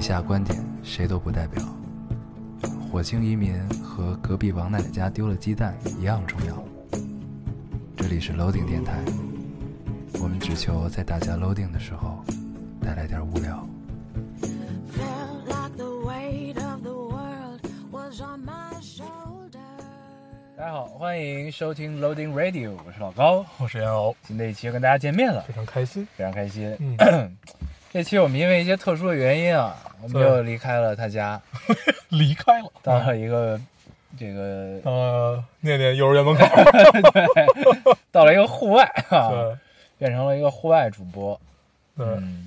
下观点谁都不代表。火星移民和隔壁王奶奶家丢了鸡蛋一样重要。这里是 Loading 电台，我们只求在大家 Loading 的时候带来点无聊。 Felt like the weight of the world was on my shoulders. 大家好，欢迎收听 Loading Radio，我是老高。我是烟偶，新的一期又跟大家见面了非，常开心。非常开心。嗯，这期我们因为一些特殊的原因啊，我们对又离开了他家， 离开了，啊到了一个这个呃，念念幼儿园门口，到了一个户外啊，对变成了一个户外主播。对，嗯，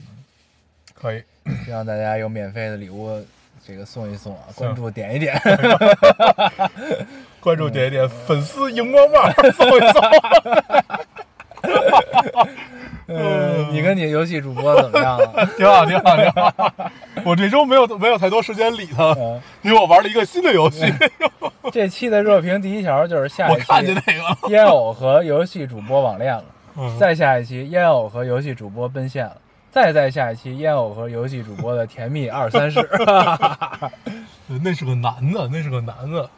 可以，希望大家有免费的礼物，这个送一送啊，关注点一 点。关注点一点粉丝荧光 棒，送一送。嗯，你跟你游戏主播怎么样啊了？挺好，挺好，挺好。我这周没有没有太多时间理他，嗯，因为我玩了一个新的游戏，这期的热评第一条就是下 我一期看见那个了。烟偶和游戏主播网恋了。嗯再下一期，烟偶和游戏主播奔现了。再再下一期，烟偶和游戏主播的甜蜜二三 事，那是个男的，那是个男的，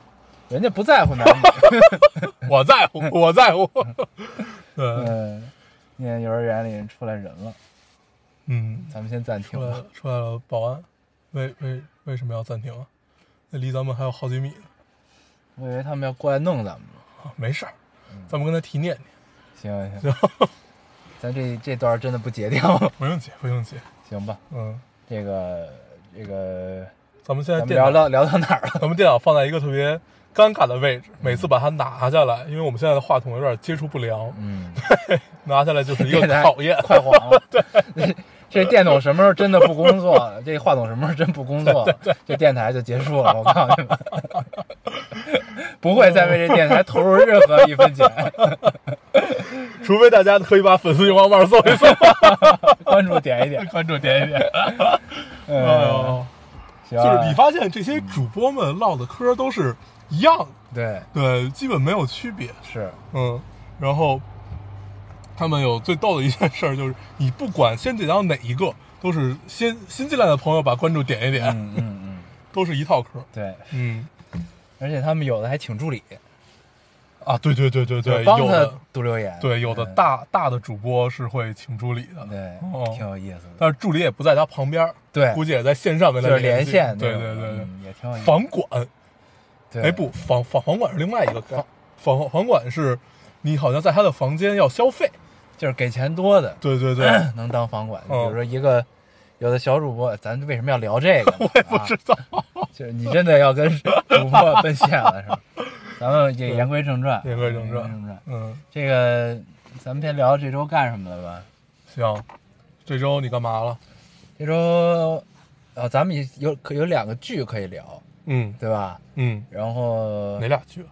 人家不在乎男女。我在乎，我在乎。 对，嗯，念幼儿园里出来人了，嗯，咱们先暂停出来吧了。，出来了，保安，为为为什么要暂停啊？那离咱们还有好几米呢。我以为他们要过来弄咱们呢。啊没事儿，咱们跟他提念念，行行行， 咱这这段真的不截掉，不用急，不用急。行吧？嗯，这个这个，咱们现在咱们电聊脑，到聊到哪儿了？ 咱们电脑放在一个特别尴尬的位置，每次把它拿下来，因为我们现在的话筒有点接触不良，嗯， 拿下来就是一电个台考验。快黄了。对， 这电筒什么时候真的不工作了？这话筒什么时候真不工作了？这电台就结束了。我告诉你们， 不会再为这电台投入任何一分钱。除非大家可以把粉丝荧光棒送一送，关注点一点， 关注点一点。嗯，嗯哎呦，行就啊，是你发现这些主播们唠的嗑都是一样的，对对，基本没有区别。是，嗯，然后他们有最逗的一件事儿就是，你不管先点到哪一个，都是先新进来的朋友把关注点一点，嗯嗯嗯，都是一套嗑。对，嗯，而且他们有的还请助理，啊，对对对对对，帮有他的读留言，对有的嗯大大的主播是会请助理的，对，哦挺有意思的，但是助理也不在他旁边儿，对，估计也在线上跟就他是连系线那对种，对对嗯也挺有意思。对，房管，对哎不，房房房管是另外一个概，房房管是你好像在他的房间要消费，就是给钱多的，对对对， 能当房管。比嗯如说一个有的小主播，咱为什么要聊这 个呢？我也不知道。就是你真的要跟主播奔现了是吧？咱们也言归正传，言归正传言正传。嗯，这个咱们先聊这周干什么了吧？行，这周你干嘛了？这周呃，咱们有可有两个剧可以聊，嗯对吧？嗯，然后哪俩剧？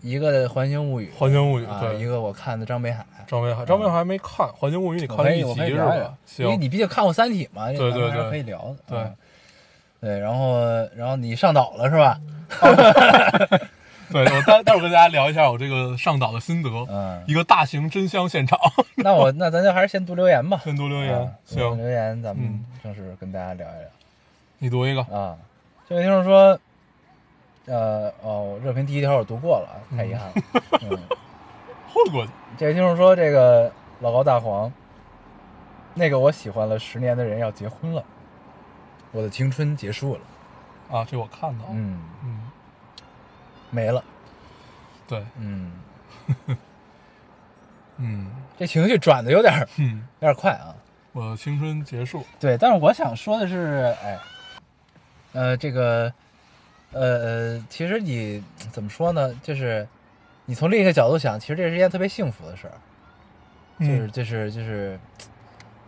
一个《环形物语《环形物语》》啊，一对，个我看的张北海。张威海，张威海还没看《环形物语》，你看我可了以一我可以集是聊一聊吧？因为行，你毕竟看过《三体》嘛，这对咱们还对是对可以聊的。对嗯对，然后然后你上岛了是吧？对我待待会儿跟大家聊一下我这个上岛的心得，嗯，一个大型真香现场，那我那咱就还是先读留言吧。 先读留啊言。读行，留言咱们嗯正式跟大家聊一聊你读一个。啊。这位听众说，呃哦，热评第一条我读过了，啊，太遗憾了。嗯，混过去。这位听众说，这个老高大黄，那个我喜欢了十年的人要结婚了，我的青春结束了，啊，这我看到了。嗯，嗯，没了，对，嗯，嗯这情绪转的有点儿哼，有点快啊。我的青春结束。对，但是我想说的是，哎，呃，这个，呃呃，其实你怎么说呢？就是你从另一个角度想，其实这是一件特别幸福的事儿，就是、嗯，就是就是，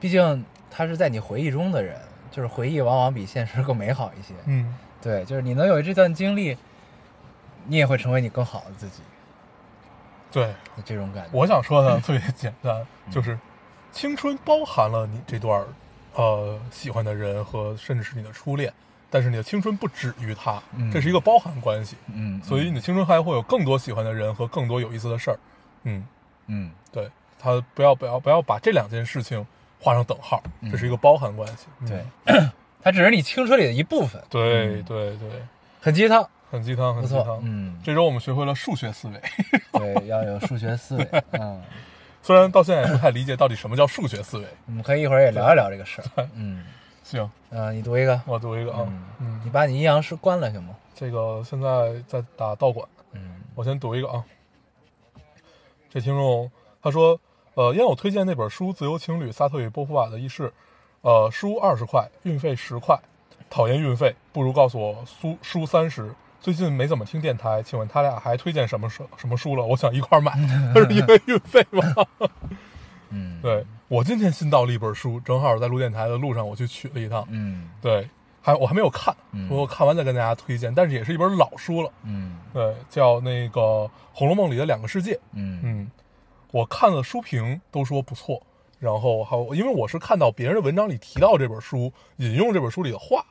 毕竟他是在你回忆中的人，就是回忆往往比现实更美好一些。嗯，对，就是你能有这段经历，你也会成为你更好的自己，对，这种感觉。我想说嗯的特别简单，就是青春包含了你这段儿呃喜欢的人和甚至是你的初恋，但是你的青春不止于他嗯，这是一个包含关系，嗯，所以你的青春还会有更多喜欢的人和更多有意思的事儿。嗯，嗯，对，他不要不要不要把这两件事情画上等号，这是一个包含关系。嗯对，， 它只是你青春里的一部分，对对对，很鸡汤，很鸡汤，很不鸡错汤，。嗯，这周我们学会了数学思维， 对，要有数学 思维，嗯，虽然到现在也不太理解到底什么叫数学思维。我们可以一会儿也聊一聊这个事儿，嗯，行，啊，你读一个，我读一个啊嗯，你嗯，把你阴阳师关了行吗？这个现在在打道馆，嗯我先读一个啊。这听众他说，呃，烟友推荐那本书《自由情侣：萨特与波伏瓦的轶事》，呃，书二十块，运费十块，讨厌运费，不如告诉我书书三十。最近没怎么听电台，请问他俩还推荐什么书什么书了？我想一块儿买，他是因为运费吗？ 嗯，，对我今天新到了一本书，正好在录电台的路上我去取了一趟。嗯对，还我还没有看嗯，我看完再跟大家推荐，但是也是一本老书了。嗯对，叫那个《红楼梦》里的两个世界。嗯嗯，我看了书评都说不错，然后还有因为我是看到别人的文章里提到这本书，引用这本书里的话，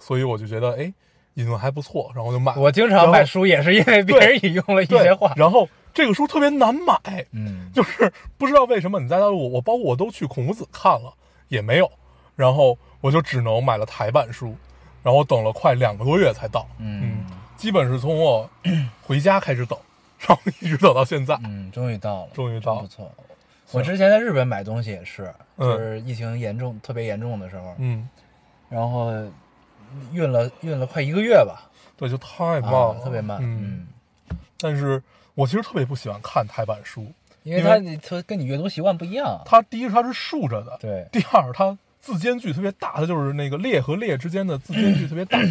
所以我就觉得哎，引用还不错，然后我就买了。我经常然买后书也是因为别人引用了一对些话，然后这个书特别难买， 嗯，就是不知道为什么你在大陆，我包括我都去孔子看了也没有，然后我就只能买了台版书，然后等了快两个多月才到，嗯基本是从我 回家开始等，然后一直等到现在，嗯，终于到了，终于真到了不错。我之前在日本买东西也是，嗯就是疫情严重、特别严重的时候，嗯，然后运了运了快一个月吧，对，就太慢啊了，，特别慢，嗯，嗯，但是我其实特别不喜欢看台版书，因为因它为你它跟你阅读习惯不一样，啊它第一是它是竖着的，对，第二它字间距特别大，它就是那个列和列之间的字间距特别大，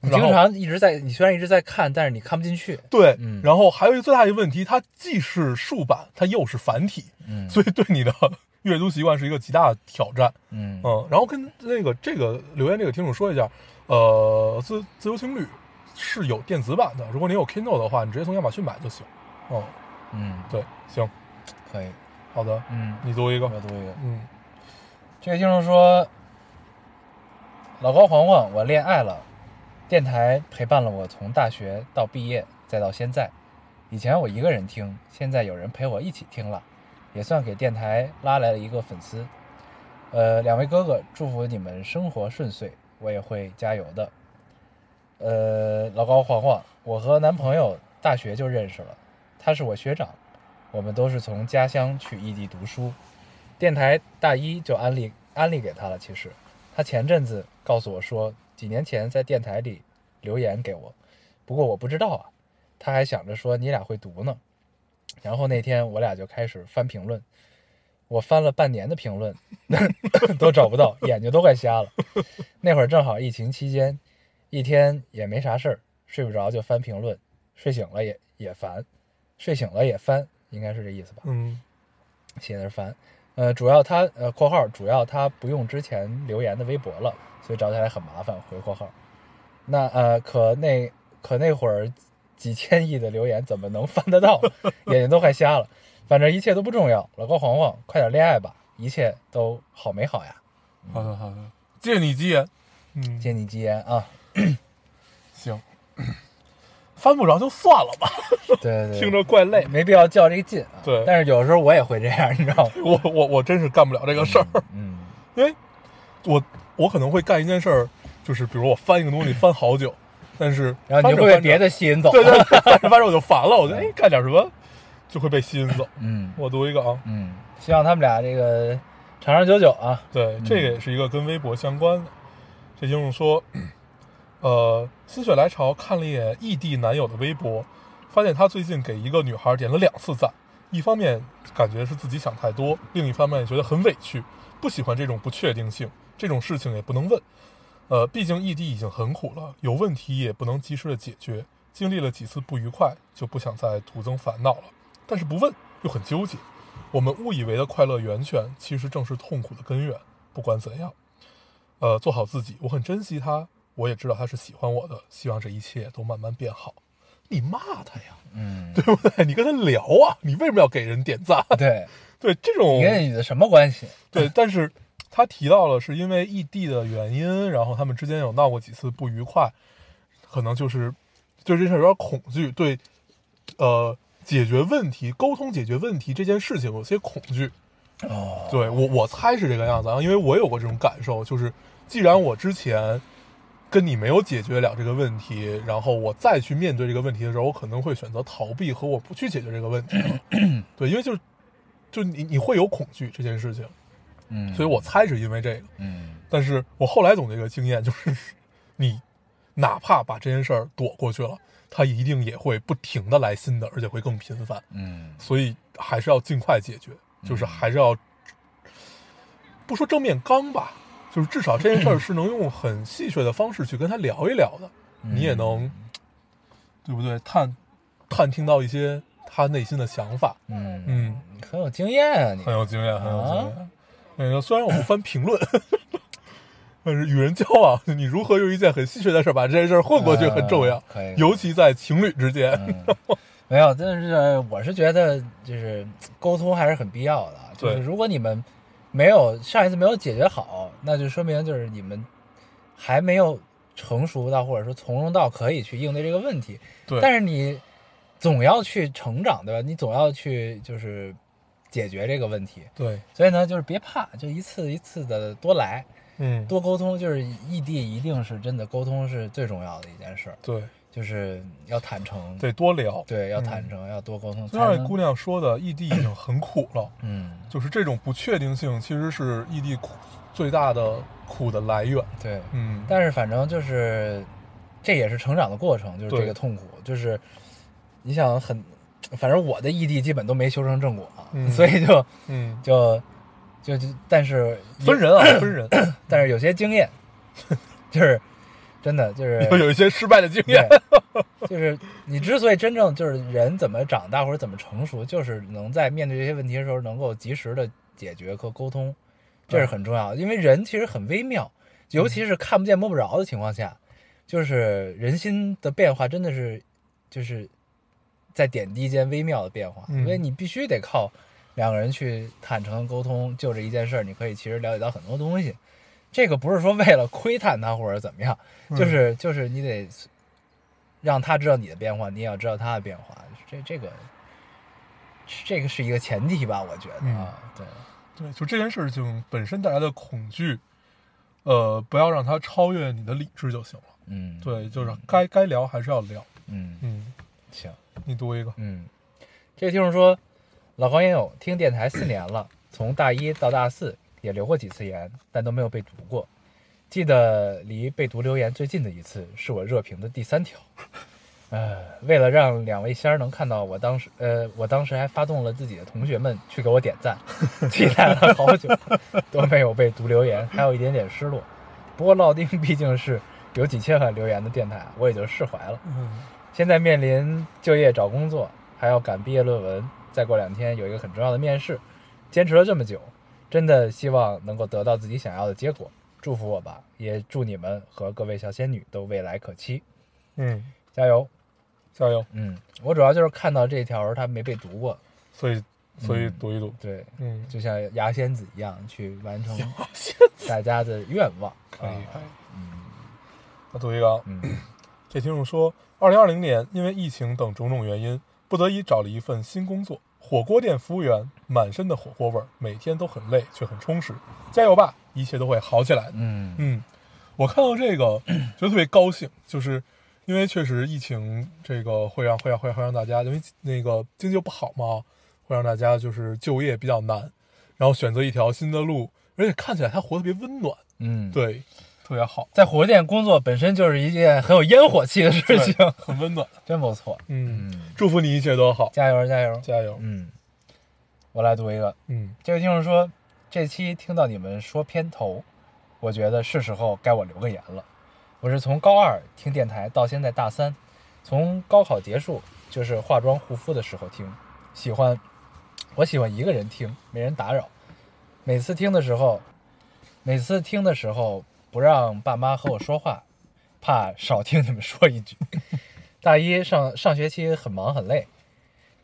你然经后常一直在，你虽然一直在看，但是你看不进去，对，嗯然后还有一个最大一个问题，它既是竖版，它又是繁体，嗯所以对你的阅读习惯是一个极大的挑战。嗯嗯，然后跟那个这个留言这个听众说一下，呃，自自由情侣是有电子版的，如果你有 Kindle 的话，你直接从亚马逊买就行。嗯，嗯，对，行，可以，好的，嗯，你读一个我，读一个，嗯这个听众说，老高黄黄，我恋爱了，电台陪伴了我从大学到毕业，再到现在。以前我一个人听，现在有人陪我一起听了，也算给电台拉来了一个粉丝。呃，两位哥哥，祝福你们生活顺遂，我也会加油的。呃，老高黄黄，我和男朋友大学就认识了，他是我学长，我们都是从家乡去异地读书。电台大一就安利安利给他了。其实他前阵子告诉我说，几年前在电台里留言给我，不过我不知道啊。他还想着说你俩会读呢。然后那天我俩就开始翻评论，我翻了半年的评论 都找不到， 眼睛都快瞎了。那会儿正好疫情期间，一天也没啥事儿，睡不着就翻评论，睡醒了也也烦，睡醒了也翻，应该是这意思吧？嗯写的是烦。呃，主要他呃（括号）主要他不用之前留言的微博了，所以找起来很麻烦。回括号，那呃，可那可那会儿几千亿的留言怎么能翻得到？眼睛都快瞎了。反正一切都不重要。老高黄黄，快点恋爱吧，一切都好美好呀！好的好的，借你吉言，嗯，借你吉言 啊！行，翻不着就算了吧，对对对，哎听着怪累。没必要较这个劲啊。对但是有时候我也会这样，你知道吗？ 我我我真是干不了这个事儿，嗯因为我我可能会干一件事儿，就是比如我翻一个东西翻好久，但是然后你就会翻着翻被着别的吸引走。啊对对，对翻着翻着我就烦了，我觉得哎干点什么就会被吸引走。嗯我读一个啊，嗯，希望他们俩这个长长久久啊。对，这个也是一个跟微博相关的。这听众说， 呃，心血来潮看了一眼异地男友的微博，发现他最近给一个女孩点了两次赞。一方面感觉是自己想太多，另一方面也觉得很委屈，不喜欢这种不确定性，这种事情也不能问。呃，毕竟异地已经很苦了，有问题也不能及时的解决，经历了几次不愉快，就不想再徒增烦恼了。但是不问又很纠结，我们误以为的快乐源泉，其实正是痛苦的根源。不管怎样，呃，做好自己，我很珍惜他，我也知道他是喜欢我的，希望这一切都慢慢变好。你骂他呀，嗯，对不对？你跟他聊啊，你为什么要给人点赞？ 对。对这种你跟你的什么关系？对，但是他提到了是因为异地的原因，然后他们之间有闹过几次不愉快，可能就是对这事儿有点恐惧，对呃解决问题、沟通解决问题这件事情有些恐惧，哦，对我我猜是这个样子啊，因为我有过这种感受，就是既然我之前跟你没有解决了这个问题，然后我再去面对这个问题的时候，我可能会选择逃避和我不去解决这个问题了。对，因为就是就你你会有恐惧这件事情，嗯，所以我猜是因为这个。嗯但是我后来总结一个经验，就是你哪怕把这件事儿躲过去了，它一定也会不停的来新的，而且会更频繁。嗯所以还是要尽快解决，就是还是要不说正面刚吧，就是至少这件 事儿是能用很戏谑的方式去跟他聊一聊的，嗯你也能，对不对？探探听到一些他内心的想法，嗯，嗯，很有经验啊你很。有经验，很有经啊验。那个虽然我不翻评论，但是与人交往，你如何用一件很戏谑的事儿把这件事儿混过去很重要嗯，可以尤其在情侣之间。嗯，没有，但是我是觉得就是沟通还是很必要的啊。就是对如果你们没有上一次没有解决好，那就说明就是你们还没有成熟到或者说从容到可以去应对这个问题。对，但是你总要去成长，对吧？你总要去就是解决这个问题。对，所以呢，就是别怕，就一次一次的多来，嗯，多沟通。就是异地一定是真的沟通是最重要的一件事儿，对，就是要坦诚，得多聊。对，要嗯坦诚，要多沟通。才就像能那姑娘说的，异地已经很苦了， 嗯，就是这种不确定性其实是异地苦最大的苦的来源。对。嗯，但是反正就是，这也是成长的过程，就是这对个痛苦，就是你想很，反正我的异地基本都没修成正果，啊嗯所以就嗯，就就就，但是也分， 人啊，分人，但是有些经验， 就是真的就是要有一些失败的 经验。对，就是你之所以真正就是人怎么长大或者怎么成熟，就是能在面对这些问题的时候能够及时的解决和沟通，这是很重要的。因为人其实很微妙，尤其是看不见摸不着的情况下，就是人心的变化真的是就是在点滴间微妙的变化，嗯所以你必须得靠两个人去坦诚沟通，就这一件事儿，你可以其实了解到很多东西。这个不是说为了窥探他或者怎么样，就是就是你得让他知道你的变化，你也要知道他的变化。这这个这个是一个前提吧，我觉得啊，对，对，就这件事情本身带来的恐惧，呃，不要让它超越你的理智就行了。嗯，，对，就是该该聊还是要聊。嗯，嗯，行，你读一个。嗯，这个听众说，老黄也有听电台四年了，从大一到大四也留过几次言，但都没有被读过。记得离被读留言最近的一次是我热评的第三条。呃，为了让两位仙儿能看到我当时，呃，我当时还发动了自己的同学们去给我点赞，期待了好久都没有被读留言，还有一点点失落。不过老丁毕竟是有几千万留言的电台，我也就释怀了。嗯，现在面临就业、找工作，还要赶毕业论文，再过两天有一个很重要的面试，坚持了这么久，真的希望能够得到自己想要的结果。祝福我吧，也祝你们和各位小仙女都未来可期，嗯，加油！加油。嗯，我主要就是看到这条他没被读过，所以所以嗯读一读。对，嗯，就像牙仙子一样去完 成大家的愿望。可以啊可以。嗯我读一个啊。嗯这听众说，二零二零年因为疫情等种种原因，不得已找了一份新工作，火锅店服务员，满身的火锅味儿，每天都很累却很充实。加油吧，一切都会好起来的。嗯嗯，我看到这个觉得特别高兴，就是因为确实疫情这个会让会让会让会让大家，因为那个经济又不好嘛，会让大家就是就业比较难，然后选择一条新的路，而且看起来他活得特别温暖，嗯，，对，特别好，在火锅店工作本身就是一件很有烟火气的事情，对很温暖。 真不错。嗯，嗯，祝福你一切都好。加油加油！加油！嗯，我来读一个。嗯这位听众说，这期听到你们说片头，我觉得是时候该我留个言了。我是从高二听电台到现在大三，从高考结束就是化妆护肤的时候听，喜欢，我喜欢一个人听，没人打扰。每次听的时候，每次听的时候不让爸妈和我说话，怕少听你们说一句。 大一上上学期很忙很累，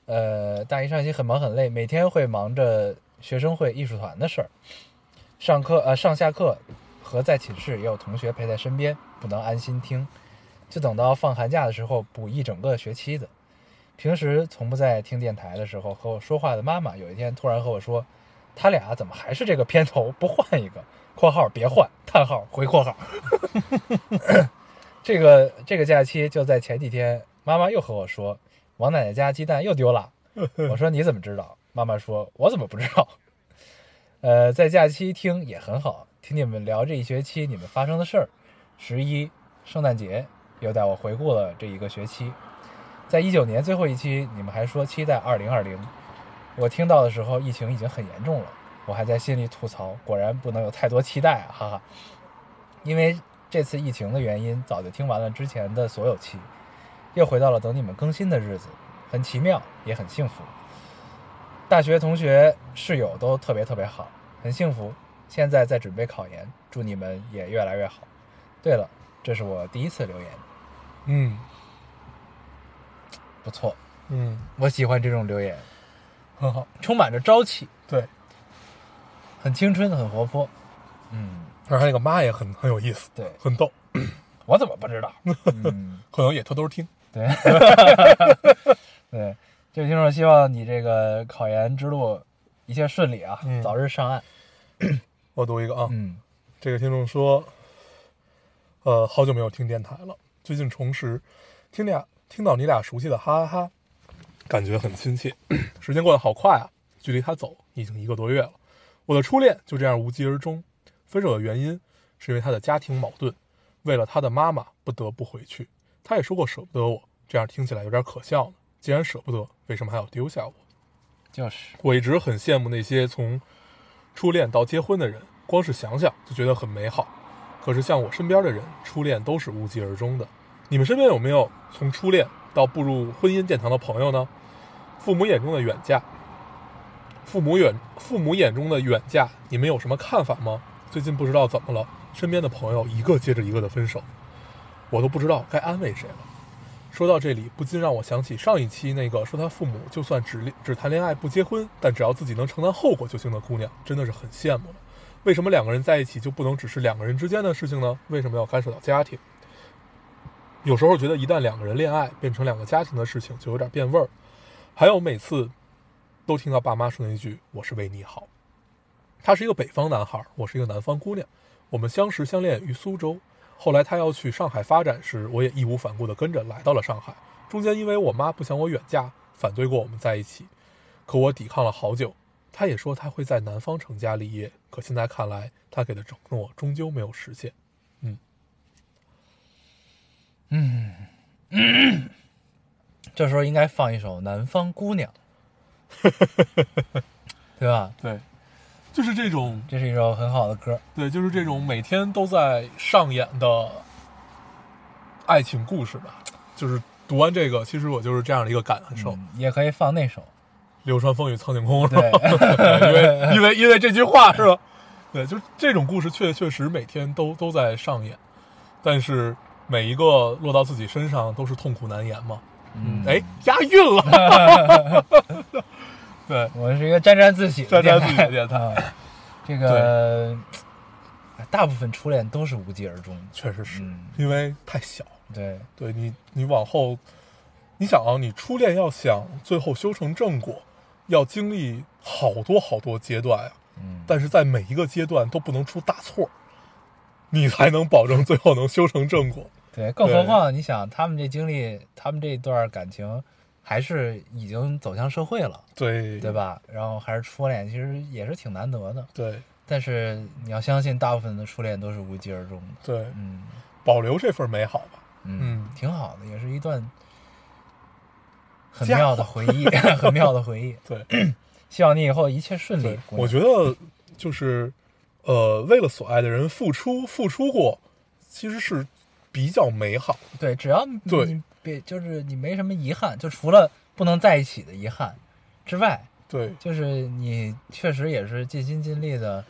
呃，大一上学期很忙很累，每天会忙着学生会、艺术团的事儿，上课呃上下课和在寝室也有同学陪在身边，不能安心听，就等到放寒假的时候补一整个学期的。平时从不在听电台的时候和我说话的妈妈，有一天突然和我说，他俩怎么还是这个片头不换一个？括号别换，叹号回括号。 这个这个假期就在前几天，妈妈又和我说，王奶奶家鸡蛋又丢了。我说你怎么知道？妈妈说，我怎么不知道？呃，在假期听也很好，听你们聊这一学期你们发生的事儿。十一圣诞节又带我回顾了这一个学期。在一九年最后一期，你们还说期待二零二零，我听到的时候疫情已经很严重了，我还在心里吐槽，果然不能有太多期待啊，哈哈。因为这次疫情的原因，早就听完了之前的所有期，又回到了等你们更新的日子，很奇妙，也很幸福。大学同学、室友都特别特别好，很幸福。现在在准备考研，祝你们也越来越好。对了，这是我第一次留言，嗯不错，嗯，我喜欢这种留言，很好，充满着朝气，对，很青春，很活泼。嗯，而且那个妈也很很有意思，对很逗，我怎么不知道？ 嗯，可能也偷偷听，对， 对，这位听众希望你这个考研之路一切顺利啊，嗯早日上岸。我读一个啊，嗯这个听众说，呃，好久没有听电台了，最近重拾，听俩听到你俩熟悉的哈哈哈，感觉很亲切。 时间过得好快啊，距离他走已经一个多月了。我的初恋就这样无疾而终，分手的原因是因为他的家庭矛盾，为了他的妈妈不得不回去。他也说过舍不得我，这样听起来有点可笑呢。既然舍不得，为什么还要丢下我？就是，我一直很羡慕那些从初恋到结婚的人，光是想想就觉得很美好。可是像我身边的人，初恋都是无疾而终的。你们身边有没有从初恋到步入婚姻殿堂的朋友呢？父母眼中的远嫁，父母远父母眼中的远嫁，你们有什么看法吗？最近不知道怎么了，身边的朋友一个接着一个的分手，我都不知道该安慰谁了。说到这里，不禁让我想起上一期那个说她父母就算只恋只谈恋爱不结婚，但只要自己能承担后果就行的姑娘，真的是很羡慕了。为什么两个人在一起就不能只是两个人之间的事情呢？为什么要干涉到家庭？有时候觉得一旦两个人恋爱变成两个家庭的事情，就有点变味儿。还有每次都听到爸妈说那句“我是为你好”，他是一个北方男孩，我是一个南方姑娘，我们相识相恋于苏州。后来他要去上海发展时，我也义无反顾地跟着来到了上海。中间因为我妈不想我远嫁，反对过我们在一起，可我抵抗了好久。她也说她会在南方成家立业，可现在看来，她给的承诺终究没有实现。嗯这时候应该放一首《南方姑娘》， 对吧？对，就是这种，这是一首很好的歌。对，就是这种每天都在上演的爱情故事吧。就是读完这个，其实我就是这样的一个感受。嗯也可以放那首。流川枫与苍井空是吧？ 对，对因为因为因为这句话是吧？ 对，就是这种故事确确实每天都都在上演，但是每一个落到自己身上都是痛苦难言嘛。嗯，哎，押韵了。 对，我是一个沾沾自喜的沾电沾台，自喜的电台，啊这个大部分初恋都是无疾而终。确实是嗯因为太小。对，对你，你往后，你想啊，你初恋要想最后修成正果，要经历好多好多阶段啊。嗯，但是在每一个阶段都不能出大错，你才能保证最后能修成正果。对，更何况你想，他们这经历，他们这段感情，还是已经走向社会了，对对？吧？然后还是初恋，其实也是挺难得的。对但是你要相信，大部分的初恋都是无疾而终的。对，嗯保留这份美好吧。嗯挺好的，也是一段很佳妙的回忆， 很妙的回忆。对，希望你以后一切顺利对，。嗯姑娘我觉得就是，呃，为了所爱的人付出，付出过，其实是比较美好。对，只要你对你别就是你没什么遗憾，就除了不能在一起的遗憾之外，对，就是你确实也是尽心尽力的，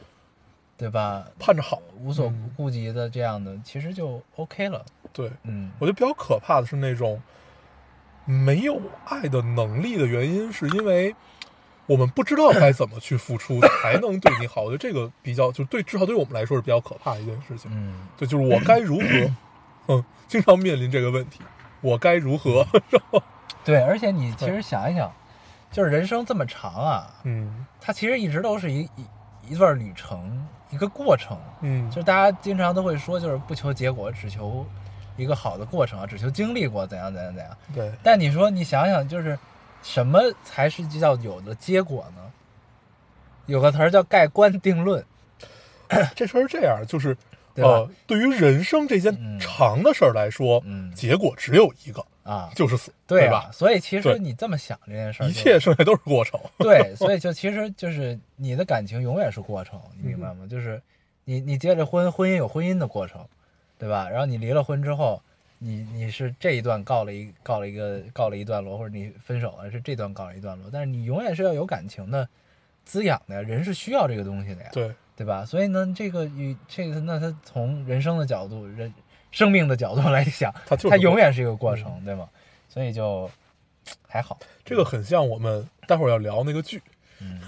对吧？盼着好。无所嗯顾及的这样的，其实就 OK 了。对，嗯，我觉得比较可怕的是那种没有爱的能力的原因，是因为我们不知道该怎么去付出才能对你好。我觉得这个比较，就对至少对我们来说是比较可怕的一件事情。嗯，对，就是我该如 何，嗯，经常面临这个问题，我该如何？对，而且你其对实想一想，就是人生这么长啊，嗯它其实一直都是一一一段旅程，一个过程。嗯，就是大家经常都会说，就是不求结果，只求一个好的过程啊，只求经历过怎样怎样怎样。对，但你说，你想想，就是什么才是叫有的结果呢？有个词儿叫盖棺定论，哎这事儿是这样，就是对吧呃，对于人生这件嗯长的事儿来说，嗯结果只有一个，啊，就是死，对啊吧？所以其对实你这么想这件事儿就，一切剩下都是过程。 对，所以就其实就是你的感情永远是过程，嗯你明白吗？就是你你结了婚，婚姻有婚姻的过程，对吧？然后你离了婚之后，你你是这一段告了一告了一个告了一段落，或者你分手了是这段告了一段落，但是你永远是要有感情的滋养的呀，人是需要这个东西的呀，对，对吧？所以呢，这个与这个那他从人生的角度，人生命的角度来讲，它 就是它永远是一个过程，对吗？所以就还好，这个很像我们待会儿要聊那个剧， 嗯，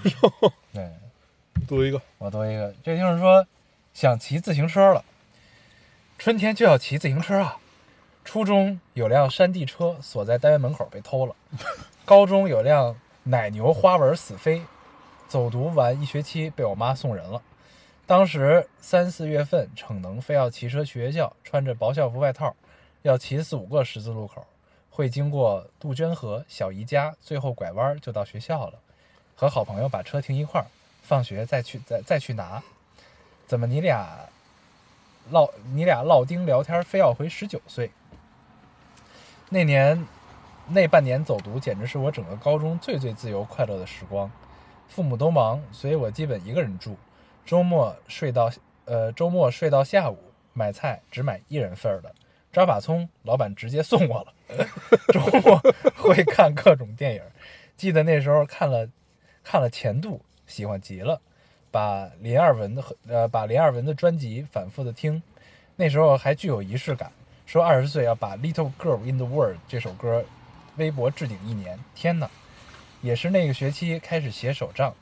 对。读一个，我读一个，这就是说，想骑自行车了，春天就要骑自行车啊。初中有辆山地车锁在单元门口被偷了，高中有辆奶牛花纹死飞，走读完一学期被我妈送人了。当时三四月份，逞能非要骑车去学校，穿着薄校服外套，要骑四五个十字路口，会经过杜鹃河、小姨家，最后拐弯就到学校了。和好朋友把车停一块儿，放学再去再再去拿。怎么你俩唠你俩唠丁聊天，非要回十九岁？那年那半年走读，简直是我整个高中最最自由快乐的时光。父母都忙，所以我基本一个人住。周末睡到呃周末睡到下午，买菜只买一人份儿的，抓把葱，老板直接送我了。 周末会看各种电影儿，记得那时候看了看了《前度》，喜欢极了，把林二文的和呃把林二文的专辑反复的听，那时候还具有仪式感，说二十岁要把《Little Girl in the World》这首歌微博置顶一年，天哪！也是那个学期开始写手账，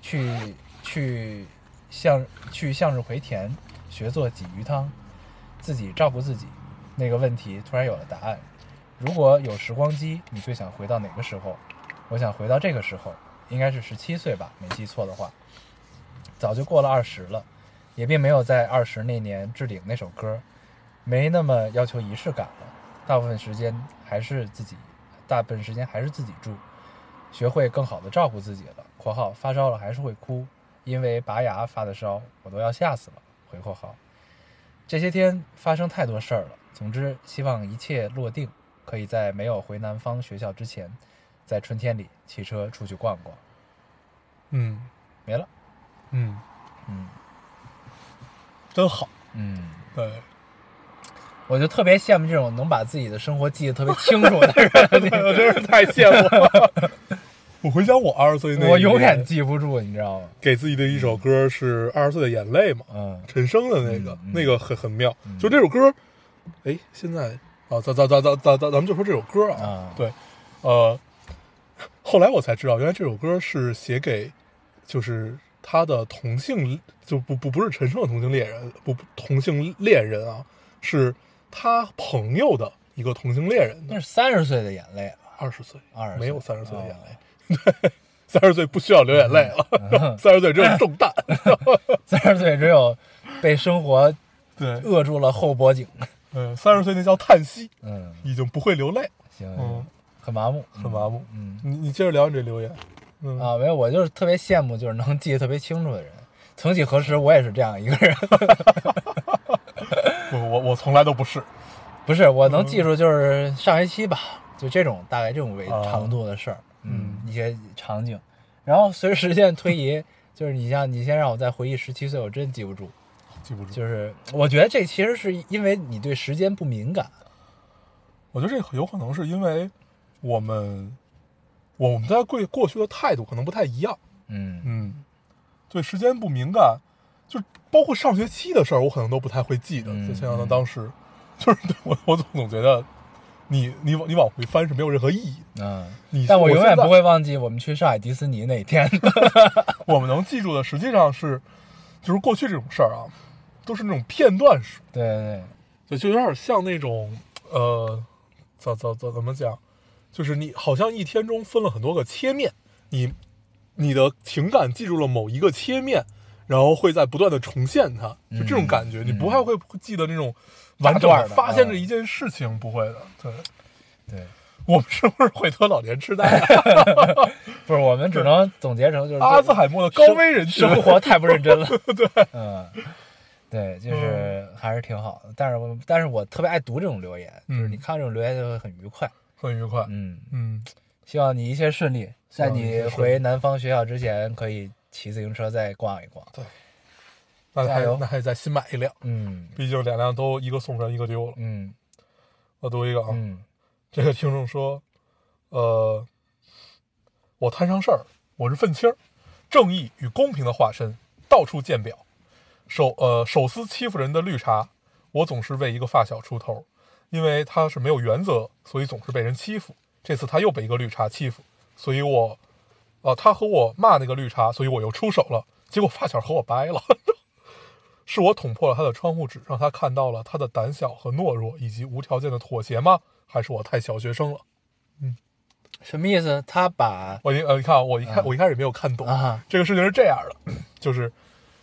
去去向去向日葵田学做鲫鱼汤，自己照顾自己。那个问题突然有了答案。如果有时光机，你最想回到哪个时候？我想回到这个时候，应该是十七岁吧，没记错的话。早就过了二十了，也并没有在二十那年置顶那首歌，没那么要求仪式感了。大部分时间还是自己，大部分时间还是自己住，学会更好的照顾自己了。（括号发烧了还是会哭，因为拔牙发的烧，我都要吓死了。）回括号。这些天发生太多事儿了，总之希望一切落定，可以在没有回南方学校之前，在春天里骑车出去逛逛。嗯没了，嗯，嗯真好，嗯， 对，我就特别羡慕这种能把自己的生活记得特别清楚的 人， 我真是太羡慕了。 我回想我二十岁那一年，我永远记不住，你知道吗？给自己的一首歌是《二十岁的眼泪》嘛，嗯，陈升的那个，嗯嗯那个很很妙。就这首歌，哎，现在啊，咱咱咱咱咱咱咱们就说这首歌啊，啊对，呃，后来我才知道，原来这首歌是写给就是他的同性，就不不不是陈升的同性恋人，不不同性恋人啊，是他朋友的一个同性恋人那的。是三十岁的眼泪啊，二十岁，啊20岁没有三十岁的哦眼泪，对，三十岁不需要流眼泪 了，三十岁只有重担。三十岁只有被生活对，扼住了后脖颈。嗯，三十岁那叫叹息，嗯，已经不会流泪，行，嗯，很麻木，很麻木。嗯。你你接着聊你这留言，嗯，啊，没有，我就是特别羡慕，就是能记得特别清楚的人。曾几何时，我也是这样一个人， 我我我从来都不是，不是我能记住就是上学期吧，就这种大概这种为啊长度的事儿，嗯，一些场景。然后随着时间推移，就是你像你先让我再回忆十七岁，我真记不住。记不住。就是我觉得这其实是因为你对时间不敏感，我觉得这有可能是因为我们我我们在过过去的态度可能不太一样，嗯嗯，对时间不敏感，就包括上学期的事儿，我可能都不太会记得。嗯就像他当时，就是 我我总总觉得你你往你往回翻是没有任何意义的。嗯，你但我我永现远在不会忘记我们去上海迪士尼那一天。 我们能记住的实际上是，就是过去这种事儿啊，都是那种片段式，对对对，就有点像那种呃，怎怎怎怎么讲，就是你好像一天中分了很多个切面，对，你你的情感记住了某一个切面，然后会在不断的重现它，就这种感觉，你不太会记得那种完嗯整大段的的发现这嗯一件事情，不会的。对对，我们是不是会得老年痴呆啊、 不是，我们只能总结成就是阿兹海默的高危人群生，生活太不认真 了。对，嗯，对，就是嗯还是挺好的。但是我但是我特别爱读这种留言，就是嗯你看到这种留言就会很愉快。很愉快。嗯，嗯，希望你一切顺利，希在望你一切你顺利回南方学校之前可以骑自行车再逛一逛。那加还油那还得再新买一辆，嗯毕竟两辆都一个送人一个丢了。 嗯我读一个啊，嗯这个听众说，呃，我摊上事儿，我是愤青儿，正义与公平的化身，到处见表，手呃手撕欺负人的绿茶，我总是为一个发小出头，因为他是没有原则，所以总是被人欺负。这次他又被一个绿茶欺负，所以我，呃，他和我骂那个绿茶，所以我又出手了，结果发小和我掰了。 是我捅破了他的窗户纸，让他看到了他的胆小和懦弱，以及无条件的妥协吗？还是我太小学生了？什么意思？他把我一呃，你看啊我一开啊我一开始没有看懂啊嗯这个事情是这样的，就是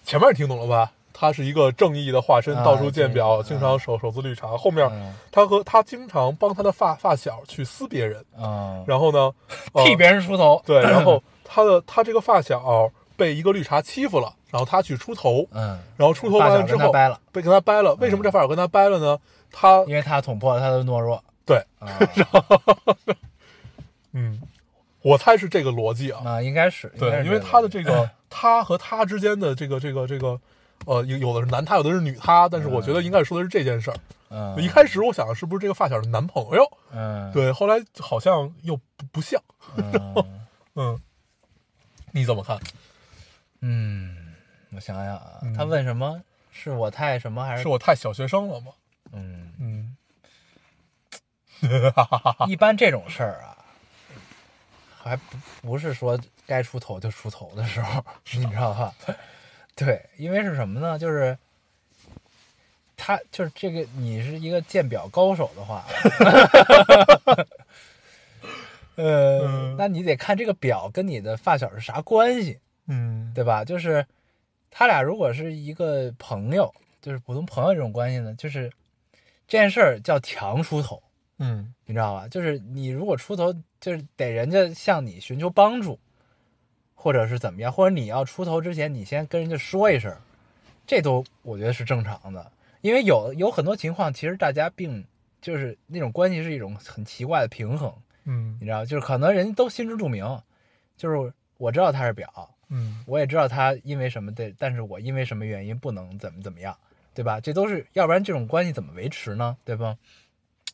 前面你听懂了吧？他是一个正义的化身，啊到处见表，对啊经常手手撕绿茶。后面嗯他和他经常帮他的发发小去撕别人，啊、哦然后 呢，呃替别人出头。 对，然后他的他这个发小被一个绿茶欺负了，然后他去出头，嗯，然后出头发小完了跟之他后掰了啊被跟他掰了。为什么这发小跟他掰了呢？他因为他捅破了他的懦弱。对，啊 嗯，我猜是这个逻辑啊。啊，应该是应该对，是因为他的这这个 他和他之间的这个这个这个，呃，有有的是男他，有的是女他，但是嗯我觉得应该是说的是这件事儿。个逻辑，一开始我想是不是这个发小的男朋友，嗯嗯，嗯， 对，后来好像又不不像，嗯嗯，你怎么看？嗯，我想想啊嗯，他问什么？是我太什么还是是我太小学生了吗？嗯？嗯，一般这种事儿啊， 还不不是说该出头就出头的时候， 你知道吧？对，因为是什么呢？就是他就是这个，你是一个鉴表高手的话， 呃，嗯那你得看这个表跟你的发小是啥关系，嗯，对吧？就是他俩如果是一个朋友，就是普通朋友这种关系呢，就是这件事儿叫强出头。嗯，你知道吧？就是你如果出头，就是得人家向你寻求帮助，或者是怎么样，或者你要出头之前，你先跟人家说一声，这都我觉得是正常的。因为有有很多情况，其实大家并就是那种关系是一种很奇怪的平衡，嗯，你知道，就是可能人家都心知肚明，就是我知道他是表，嗯，我也知道他因为什么对，但是我因为什么原因不能怎么怎么样，对吧？这都是要不然这种关系怎么维持呢？对吧？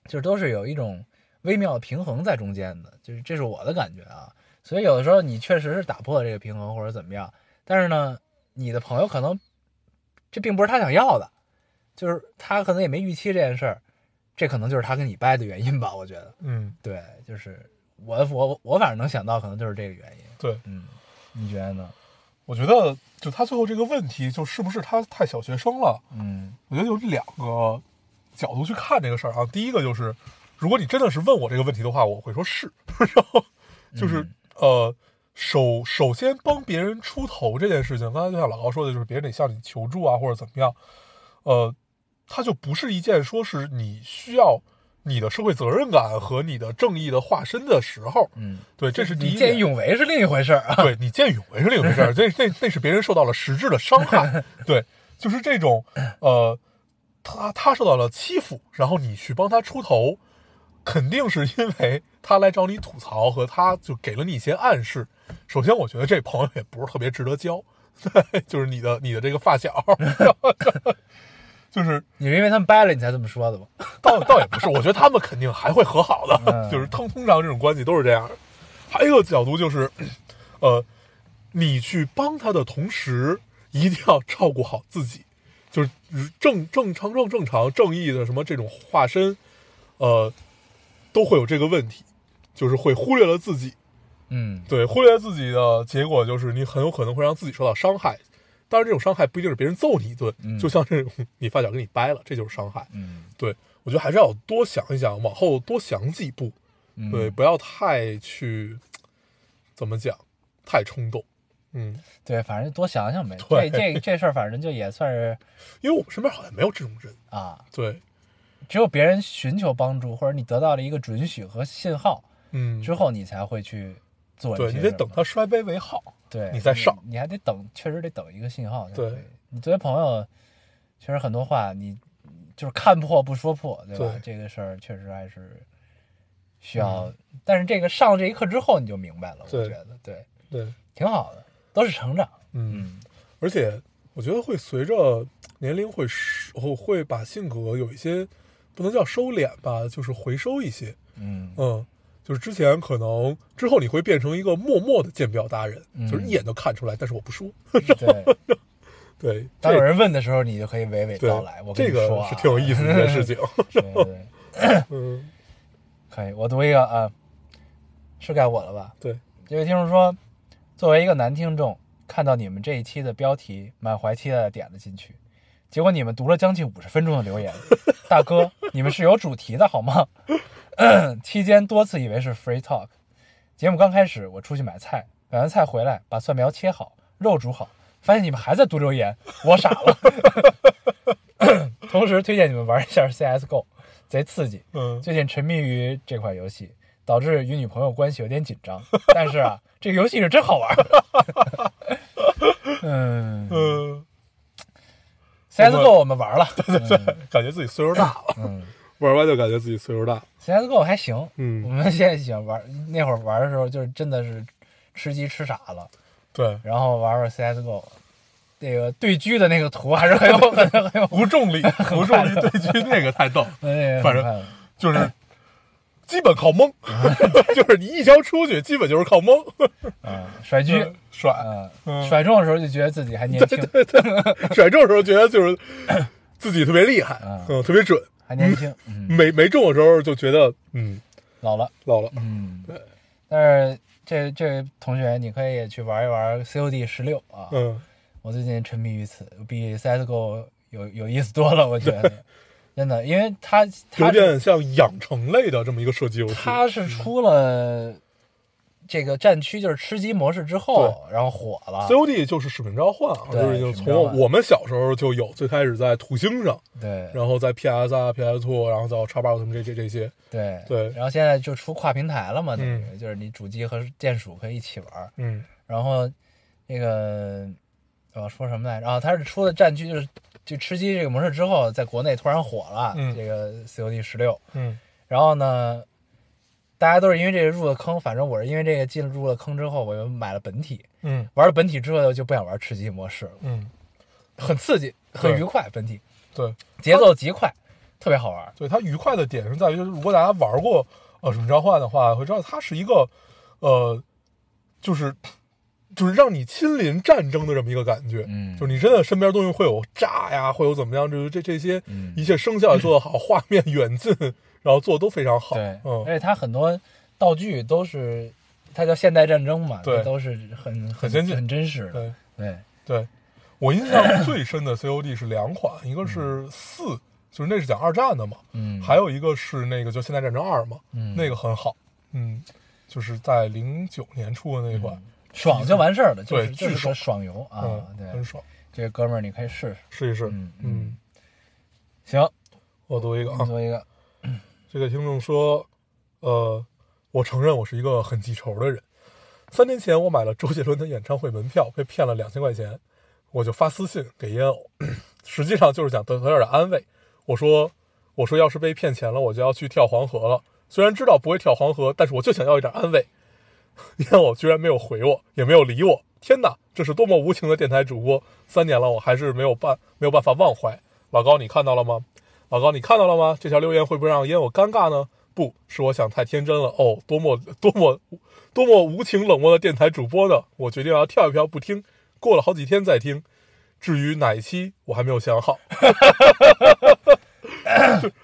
就是都是有一种微妙的平衡在中间的，就是这是我的感觉啊。所以有的时候你确实是打破了这个平衡或者怎么样，但是呢，你的朋友可能这并不是他想要的，就是他可能也没预期这件事儿，这可能就是他跟你掰的原因吧，我觉得。嗯，对，就是我我我反正能想到，可能就是这个原因。对，嗯，你觉得呢？我觉得就他最后这个问题，就是不是他太小学生了？嗯。我觉得有两个角度去看这个事儿啊。第一个就是，如果你真的是问我这个问题的话，我会说是， 然后就是、嗯呃，首首先帮别人出头这件事情，刚才就像老高说的，就是别人得向你求助啊，或者怎么样，呃，它就不是一件说是你需要你的社会责任感和你的正义的化身的时候。嗯，对，这是第一你点。见义勇为是另一回事儿啊。 对你见义勇为是另一回事儿，这那那是别人受到了实质的伤害，对，就是这种呃，他他受到了欺负，然后你去帮他出头，肯定是因为他来找你吐槽和他就给了你一些暗示。首先，我觉得这朋友也不是特别值得交， 对，就是你的你的这个发小， 就是你是因为他们掰了你才这么说的吧？倒倒也不是，我觉得他们肯定还会和好的，嗯 就是通通常这种关系都是这样的。还有一个角度就是，呃，你去帮他的同时，一定要照顾好自己，就是正正常正正常正义的什么这种化身，呃，都会有这个问题，就是会忽略了自己，嗯对，忽略了自己的结果就是你很有可能会让自己受到伤害。当然，这种伤害不一定是别人揍你一顿，嗯就像这种你发小跟你掰了，这就是伤害。嗯对，我觉得还是要多想一想，往后多想几步，嗯，对，不要太去怎么讲，太冲动。嗯，对，反正多想想呗。对这这这事儿，反正就也算是因为我们身边好像没有这种人。啊，对，只有别人寻求帮助，或者你得到了一个准许和信号嗯，之后，你才会去做一些对什你么。得等他摔杯为号。对，你再上你，你还得等，确实得等一个信号才可以。对你作为朋友，其实很多话你就是看破不说破，对吧？对嗯这个事儿确实还是需要，但是这个上了这一课之后，你就明白了，我对觉得对，对，挺好的，都是成长。嗯，嗯，而且我觉得会随着年龄会收会把性格有一些不能叫收敛吧，就是回收一些。 嗯，嗯，就是之前可能之后你会变成一个默默的鉴表达人，嗯就是一眼就看出来，但是我不说。对。对，当这有人问的时候，你就可以娓娓对道来。我跟这你个说、啊，是挺有意思的一件 事情。对对对，嗯，可以。我读一个啊，是该我了吧？对，这位听众说，作为一个男听众，看到你们这一期的标题，满怀期待的点了进去，结果你们读了将近五十分钟的留言，大哥，你们是有主题的好吗？期间多次以为是 free talk。节目刚开始，我出去买菜，买完菜回来，把蒜苗切好，肉煮好，发现你们还在读留言，我傻了。 同时推荐你们玩一下 CSGO，贼刺激。嗯，最近沉迷于这款游戏，导致与女朋友关系有点紧张。但是啊，这个游戏是真好玩儿。 嗯嗯， ，CSGO 我们玩了，嗯感觉自己岁数大了，嗯 玩完就感觉自己岁数大了。 ，CSGO 还行。我嗯，们现在喜欢玩，那会儿玩的时候就是真的是吃鸡吃傻了，对，然后玩玩 CSGO，那个对狙的那个图还是很有很有很有无重 力，无重力对狙那个太逗了，那个反正很看就是基本靠 蒙，就是你一枪出去，基本就是靠蒙，嗯甩狙嗯， 甩，嗯嗯甩中的时候就觉得自己还年轻，对对，甩中的时候觉 得就是自己特别厉害嗯，嗯，特别准，还年轻，嗯，没没中的时候就觉得嗯老了。老了，嗯对，但是这这位同学，你可以也去玩一玩 COD 十六啊。嗯我最近沉迷于此，比 CSGO 有有意思多了，我觉得。真的，因为它有它点像养成类的这么一个射击游戏，它是出了这个战区就是吃鸡模式之后，然后火了。 COD 就是使命召唤啊，啊对就是已经使命召唤从我们小时候就有，最开始在土星上，对然后在 PS 啊、PS Two，然后到叉 box 他们这这这些，对对然后现在就出跨平台了嘛，等于、嗯就是你主机和键鼠可以一起玩。嗯然后那个我要说什么来着？啊，它是出了战区，就是就吃鸡这个模式之后，在国内突然火了，嗯这个 COD 十六。嗯然后呢，大家都是因为这个入了坑，反正我是因为这个进入了坑之后，我又买了本体，嗯玩了本体之后就不想玩吃鸡模式了，嗯，很刺激，很对愉快，本体对节奏极快，特别好玩。对，它愉快的点是在于，就是如果大家玩过呃使命召唤的话，会知道它是一个呃，就是就是让你亲临战争的这么一个感觉，嗯就是你真的身边东西会有炸呀，会有怎么样，就是这这些嗯一切声效也做得好，画面远近然后做得都非常好，对，嗯而。且它很多道具都是，它叫现代战争嘛，对这都是很很先进很真实的。对对，对，我印象最深的 COD 是两款，一个是四，就是那是讲二战的嘛，嗯，还有一个是那个就现代战争二嘛，嗯那个很好，嗯，就是在零九年出的那款，爽就完事儿了，就是对就巨是爽个爽游啊嗯，，很对，爽，这哥们儿你可以试试。试一试，嗯嗯，啊行，我读一个啊，做一个，这个听众说，呃，我承认我是一个很记仇的人。三年前我买了周杰伦的演唱会门票，被骗了两千块钱，我就发私信给烟偶， 实际上就是想得到点安慰。我说，我说要是被骗钱了，我就要去跳黄河了。虽然知道不会跳黄河，但是我就想要一点安慰。烟偶居然没有回我，也没有理我。天哪，这是多么无情的电台主播！三年了，我还是没有办没有办法忘怀。老高，你看到了吗？老高，你看到了吗？这条留言会不会让烟偶尴尬呢？不是我想太天真了哦，多么多么多么无情冷漠的电台主播呢！我决定要跳一跳不听，过了好几天再听。至于哪一期，我还没有想好。 就是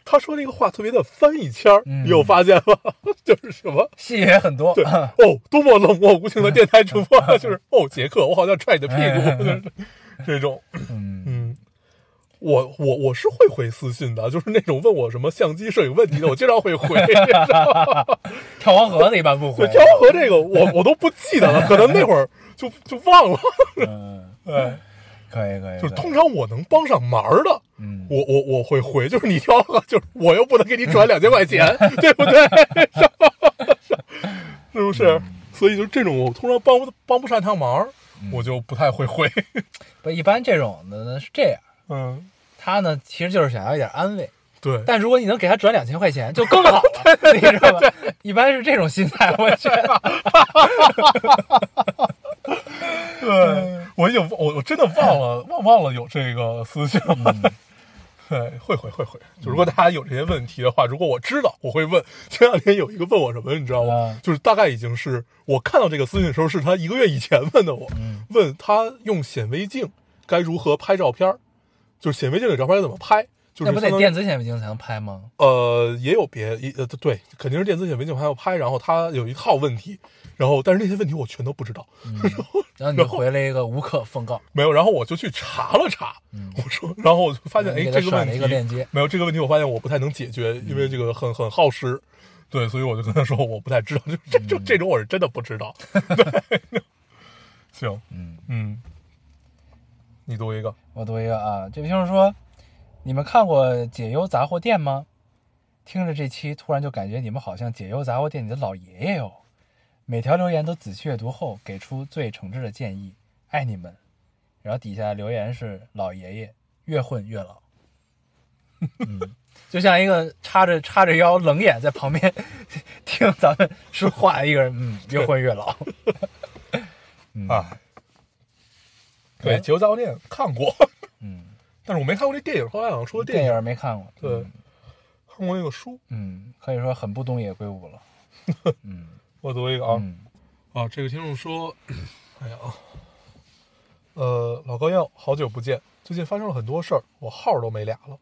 他说这个话特别的翻一圈儿，嗯你有发现吗？ 就是什么戏也很多，啊对，哦，多么冷漠无情的电台主播，啊就是哦，杰克，我好像踹你的屁股，就是这种，嗯，嗯，我我我是会回私信的，就是那种问我什么相机摄影问题的，我经常会回。你知道吗跳黄河的一般不对回，跳河这个我我都不记得了，可能那会儿就就忘了。嗯，对，可以可以， 就是可以通，常我能帮上忙的，嗯，我我我会回。就是你跳河，就是我又不能给你转两千块钱， 对不对？是不是？所以就这种我通常帮不帮不上趟忙，我就不太会回。 不一般这种的呢是这样，嗯，他呢其实就是想要一点安慰，对。但如果你能给他转两千块钱，就更好了，你知道吧？一般是这种心态，我觉 得，对， 我已经我我真的忘了忘忘了有这个私信了。嗯 对，会会会会，就如果大家有这些问题的话，如果我知道，我会问。前两天有一个问我什么，你知道吗嗯？就是大概已经是我看到这个私信的时候，是他一个月以前问的我，嗯问他用显微镜该如何拍照片儿，就是显微镜的照片该怎么拍，那就是不得相当于电子显微镜才能拍吗？呃，也有别一呃，对，肯定是电子显微镜还要拍，然后他有一套问题，然后但是那些问题我全都不知道，然后你就回了一个无可奉告，嗯没有，然后我就去查了查， 我说，然后我就发现，嗯你哎，给他这个甩问了题一个链接没有这个问题，我发现我不太能解决，因为这个很很耗时，对，所以我就跟他说我不太知道，就这嗯就这种我是真的不知 道。对，行，嗯，嗯，你读一个，我读一个啊，这位听众说：“你们看过《解忧杂货店》吗？听着这期，突然就感觉你们好像《解忧杂货店》里的老爷爷哟。每条留言都仔细阅读后，给出最诚挚的建议，爱你们。”然后底下留言是：“老爷爷越混越老。”嗯， 就像一个叉着叉着腰、冷眼在旁边听咱们说话的一个人，嗯，越混越老。嗯 啊，对，《解忧杂货店》看过， 嗯，但是我没看过这电影，后来好像说的电影，影没看过。对，看过那个书，嗯，可以说很不东野圭吾 了。嗯我读一个啊，嗯啊，这个听众说，哎呀，呃，老高要好久不见，最近发生了很多事儿，我号儿都没俩了，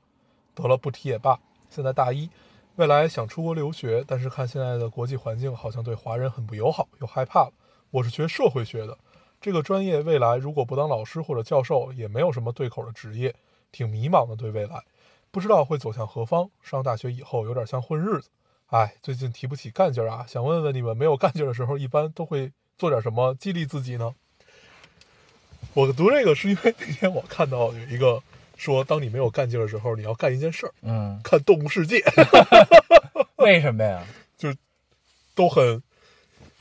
得了不提也罢，现在大一，未来想出国留学，但是看现在的国际环境好像对华人很不友好，又害怕了。我是学社会学的，这个专业未来如果不当老师或者教授，也没有什么对口的职业，挺迷茫的对未来，不知道会走向何方。上大学以后有点像混日子。哎，最近提不起干劲儿啊，想问问你们，没有干劲儿的时候，一般都会做点什么激励自己呢？我读这个是因为那天我看到有一个说，当你没有干劲儿的时候，你要干一件事儿，嗯，看《动物世界》 为什么呀？都很、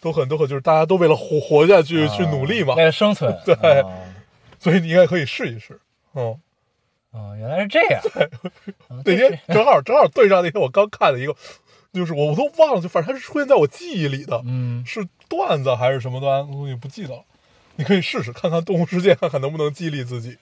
都很、都很，就是大家都为了活活下去、啊去努力嘛为，了生存。 对啊所以你应该可以试一试。嗯，哦，原来是这样。啊那这是天正好正好对上那天我刚看的一个，就是我我都忘了，就反正它是出现在我记忆里的，嗯，是段子还是什么段子，我也不记得了。你可以试试看看《动物世界》，看看能不能激励自己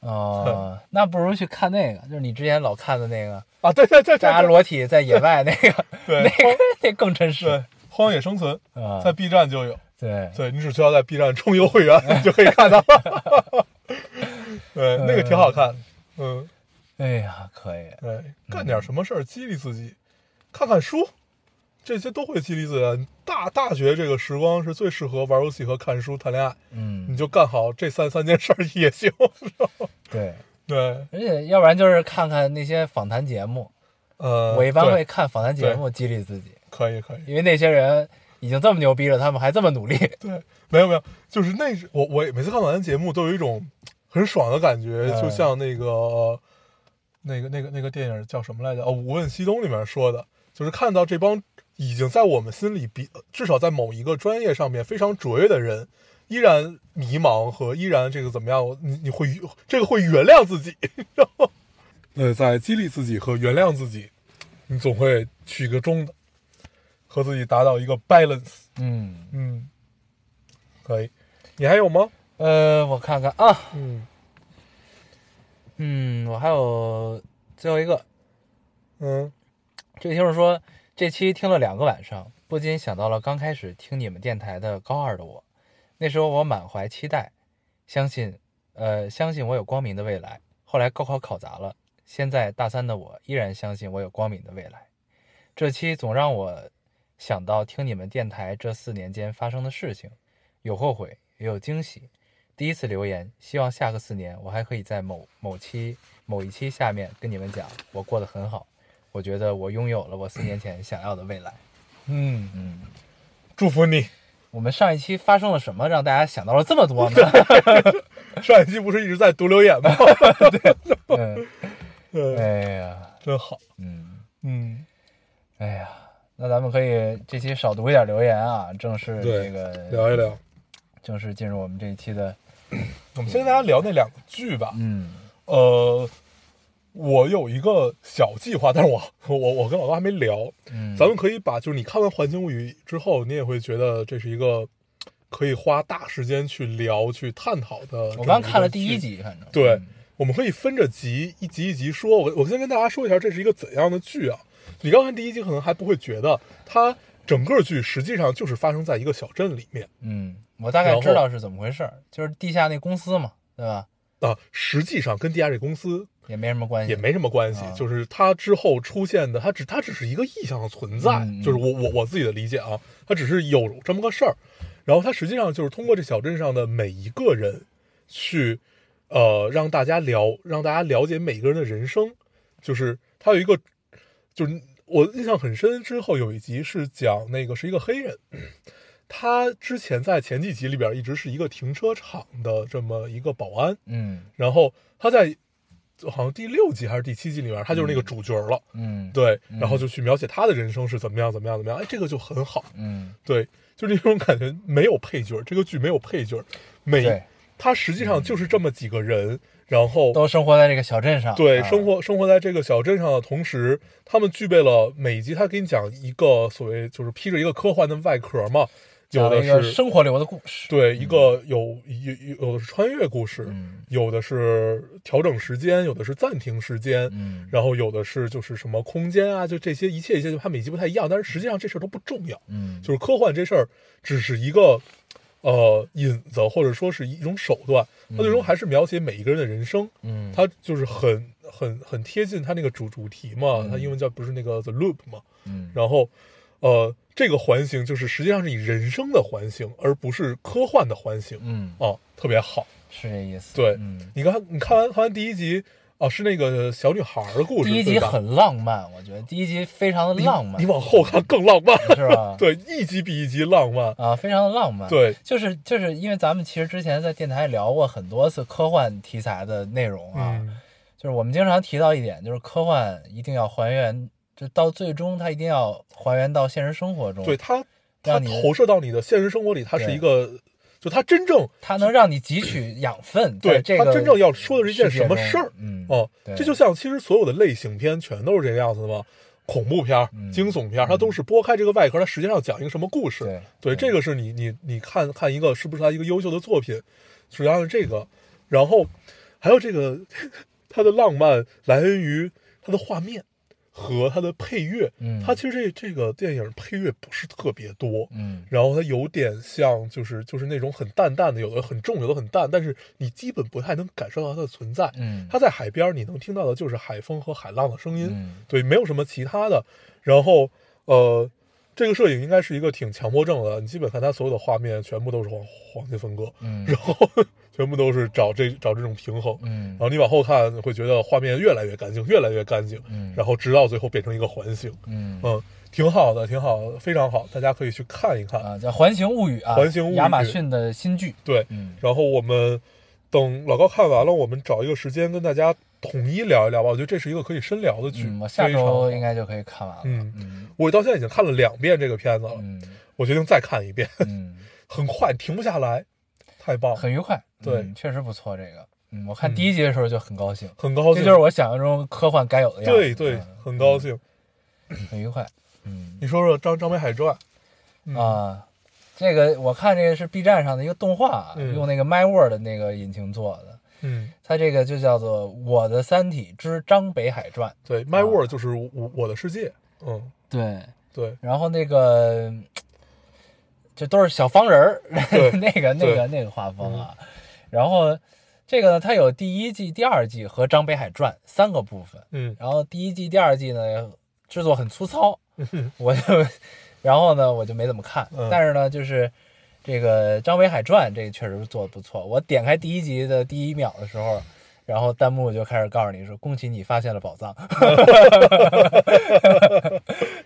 哦，嗯那不如去看那个，就是你之前老看的那个，啊！对对对对大家对裸体在野外那个， 对 那个那更真实对，《荒野生存》啊。在 B 站就有，对，对你只需要在 B 站充一个会员，你就可以看到。 对，那个挺好看。嗯，哎呀，可以。对，干点什么事儿激励自己，看看书，这些都会激励自己的。大大学这个时光是最适合玩游戏和看书、谈恋爱，你嗯，就干好这三三件事儿也行。 对，对，而且要不然就是看看那些访谈节目，呃，我一般对会看访谈节目激励自己，可以可以，因为那些人已经这么牛逼了，他们还这么努力。对，没有没有，就是那是我我每次看晚安节目都有一种很爽的感觉，嗯就像那个那个那个那个电影叫什么来着？哦，《无问西东》里面说的，就是看到这帮已经在我们心里比至少在某一个专业上面非常卓越的人，依然迷茫和依然这个怎么样？你你会这个会原谅自己，然 后呃，在激励自己和原谅自己，你总会取个中的，和自己达到一个 balance。嗯，嗯，可以。你还有吗？呃，我看看啊，嗯嗯，我还有最后一个，嗯，这位听众说，这期听了两个晚上，不禁想到了刚开始听你们电台的高二的我，那时候我满怀期待，相信，呃，相信我有光明的未来。后来高考考砸了，现在大三的我依然相信我有光明的未来。这期总让我想到听你们电台这四年间发生的事情，有后悔，也有惊喜。第一次留言，希望下个四年我还可以在某某期某一期下面跟你们讲，我过得很好，我觉得我拥有了我四年前想要的未来。嗯，嗯，祝福你。我们上一期发生了什么，让大家想到了这么 多呢？上一期不是一直在读留言 吗？嗯，嗯，哎呀，真好。嗯，嗯，哎呀，那咱们可以这期少读一点留言啊，正式对这个聊一聊。正式进入我们这一期的，我们先跟大家聊那两个剧吧。嗯呃，我有一个小计划，但是我 我我跟老高还没聊。嗯，咱们可以把就是你看完《环形物语》之后，你也会觉得这是一个可以花大时间去聊、去探讨的。我刚看了第一，集，反正对嗯，我们可以分着集，一集一集说。我我先跟大家说一下，这是一个怎样的剧啊？你刚看第一集可能还不会觉得，它整个剧实际上就是发生在一个小镇里面嗯，我大概然后知道是怎么回事儿，就是地下那公司嘛，对吧？啊，实际上跟地下这公司也没什么关系，也没什么关系啊，就是它之后出现的，它只它只是一个意象的存在嗯嗯，就是我我我自己的理解啊，它只是有这么个事儿，然后它实际上就是通过这小镇上的每一个人去，呃，让大家聊，让大家了解每个人的人生，就是它有一个，就是我印象很深，之后有一集是讲那个是一个黑人。他之前在前几集里边一直是一个停车场的这么一个保安，嗯然后他在好像第六集还是第七集里面，他就是那个主角了，嗯，，对，嗯然后就去描写他的人生是怎么样怎么样怎么样，哎，这个就很好，嗯，对，就是那种感觉没有配角，这个剧没有配角，对每，他实际上就是这么几个人，然后都生活在这个小镇上，对啊生，活生活在这个小镇上的同时，他们具备了每一集他给你讲一个所谓就是披着一个科幻的外壳嘛，有讲了的一个是。生活流的故事，对，一个有有有有的是穿越故事，嗯有的是调整时间，有的是暂停时间，嗯，然后有的是就是什么空间啊，就这些一切一切，就它每集不太一样，但是实际上这事儿都不重要，嗯，就是科幻这事儿只是一个呃引子，或者说是一种手段，它最终还是描写每一个人的人生，嗯，它就是很很很贴近它那个主主题嘛，它英文叫不是那个 The Loop 嘛，嗯然后呃这个环形就是实际上是以人生的环形，而不是科幻的环形嗯，啊，特别好。是这意思，对嗯，你刚你看完看完第一集啊，是那个小女孩儿的故事，第一集对吧很浪漫，我觉得第一集非常的浪漫，你往后看更浪漫，？是吧 对，一集比一集浪漫，啊，非常的浪漫，。对，就是就是因为咱们其实之前在电台聊过很多次科幻题材的内容啊，嗯，就是我们经常提到一点，就是科幻一定要还原，就到最终它一定要还原到现实生活中，对，它它让你投射到你的现实生活里，它是对一个，就它真正它能让你汲取养分。对在这个它真正要说的是一件世界中什么事儿嗯，哦，对这就像其实所有的类型片全都是这个样子的嘛，恐怖片儿、嗯惊悚片儿，它都是剥开这个外壳，它实际上讲一个什么故事。对对，这个是你你你看看一个是不是他一个优秀的作品，主要是这个，然后还有这个 它的浪漫来源于它的画面和它的配乐，嗯它其实这这个电影配乐不是特别多，嗯然后它有点像就是就是那种很淡淡的，有的很重，有的很淡，但是你基本不太能感受到它的存在。嗯，它在海边儿你能听到的就是海风和海浪的声音，嗯对，没有什么其他的。然后呃，这个摄影应该是一个挺强迫症的，你基本看他所有的画面全部都是黄黄金分割，嗯 然后全部都是找这找这种平衡。嗯然后你往后看会觉得画面越来越干净，越来越干净，嗯然后直到最后变成一个环形，嗯嗯，挺好的，挺好的，非常好，大家可以去看一看。啊，叫《环形物语》啊，环形物语亚马逊的新剧，对，嗯然后我们等老高看完了，我们找一个时间跟大家统一聊一聊吧。我觉得这是一个可以深聊的剧，嗯，我下非常好周应该就可以看完了，嗯嗯我到现在已经看了两遍这个片子了，嗯我决定再看一遍，嗯，很快停不下来，太棒，很愉快， 对嗯确实不错，这个，嗯，我看嗯第一集的时候就很高兴，很高这兴，就是我想象中科幻该有的样子，对对，很高兴。嗯，很愉 快，嗯你说说张张北海传，嗯啊，这个我看这个是 B 站上的一个动画啊，嗯用那个 MyWord 的那个引擎做的，嗯，它这个就叫做《我的三体之张北海传》，对，My World 就是我我的世界，嗯，对，对，然后那个这都是小方人儿，对 那个那个对那个画风啊。然后这个呢，它有第一季、第二季和《张北海传》三个部分。嗯然后第一季、第二季呢，制作很粗糙，嗯我就然后呢我就没怎么看。嗯但是呢，就是这个《张北海传》这个确实做的不错。我点开第一集的第一秒的时候，然后弹幕就开始告诉你说：“恭喜你发现了宝 藏。”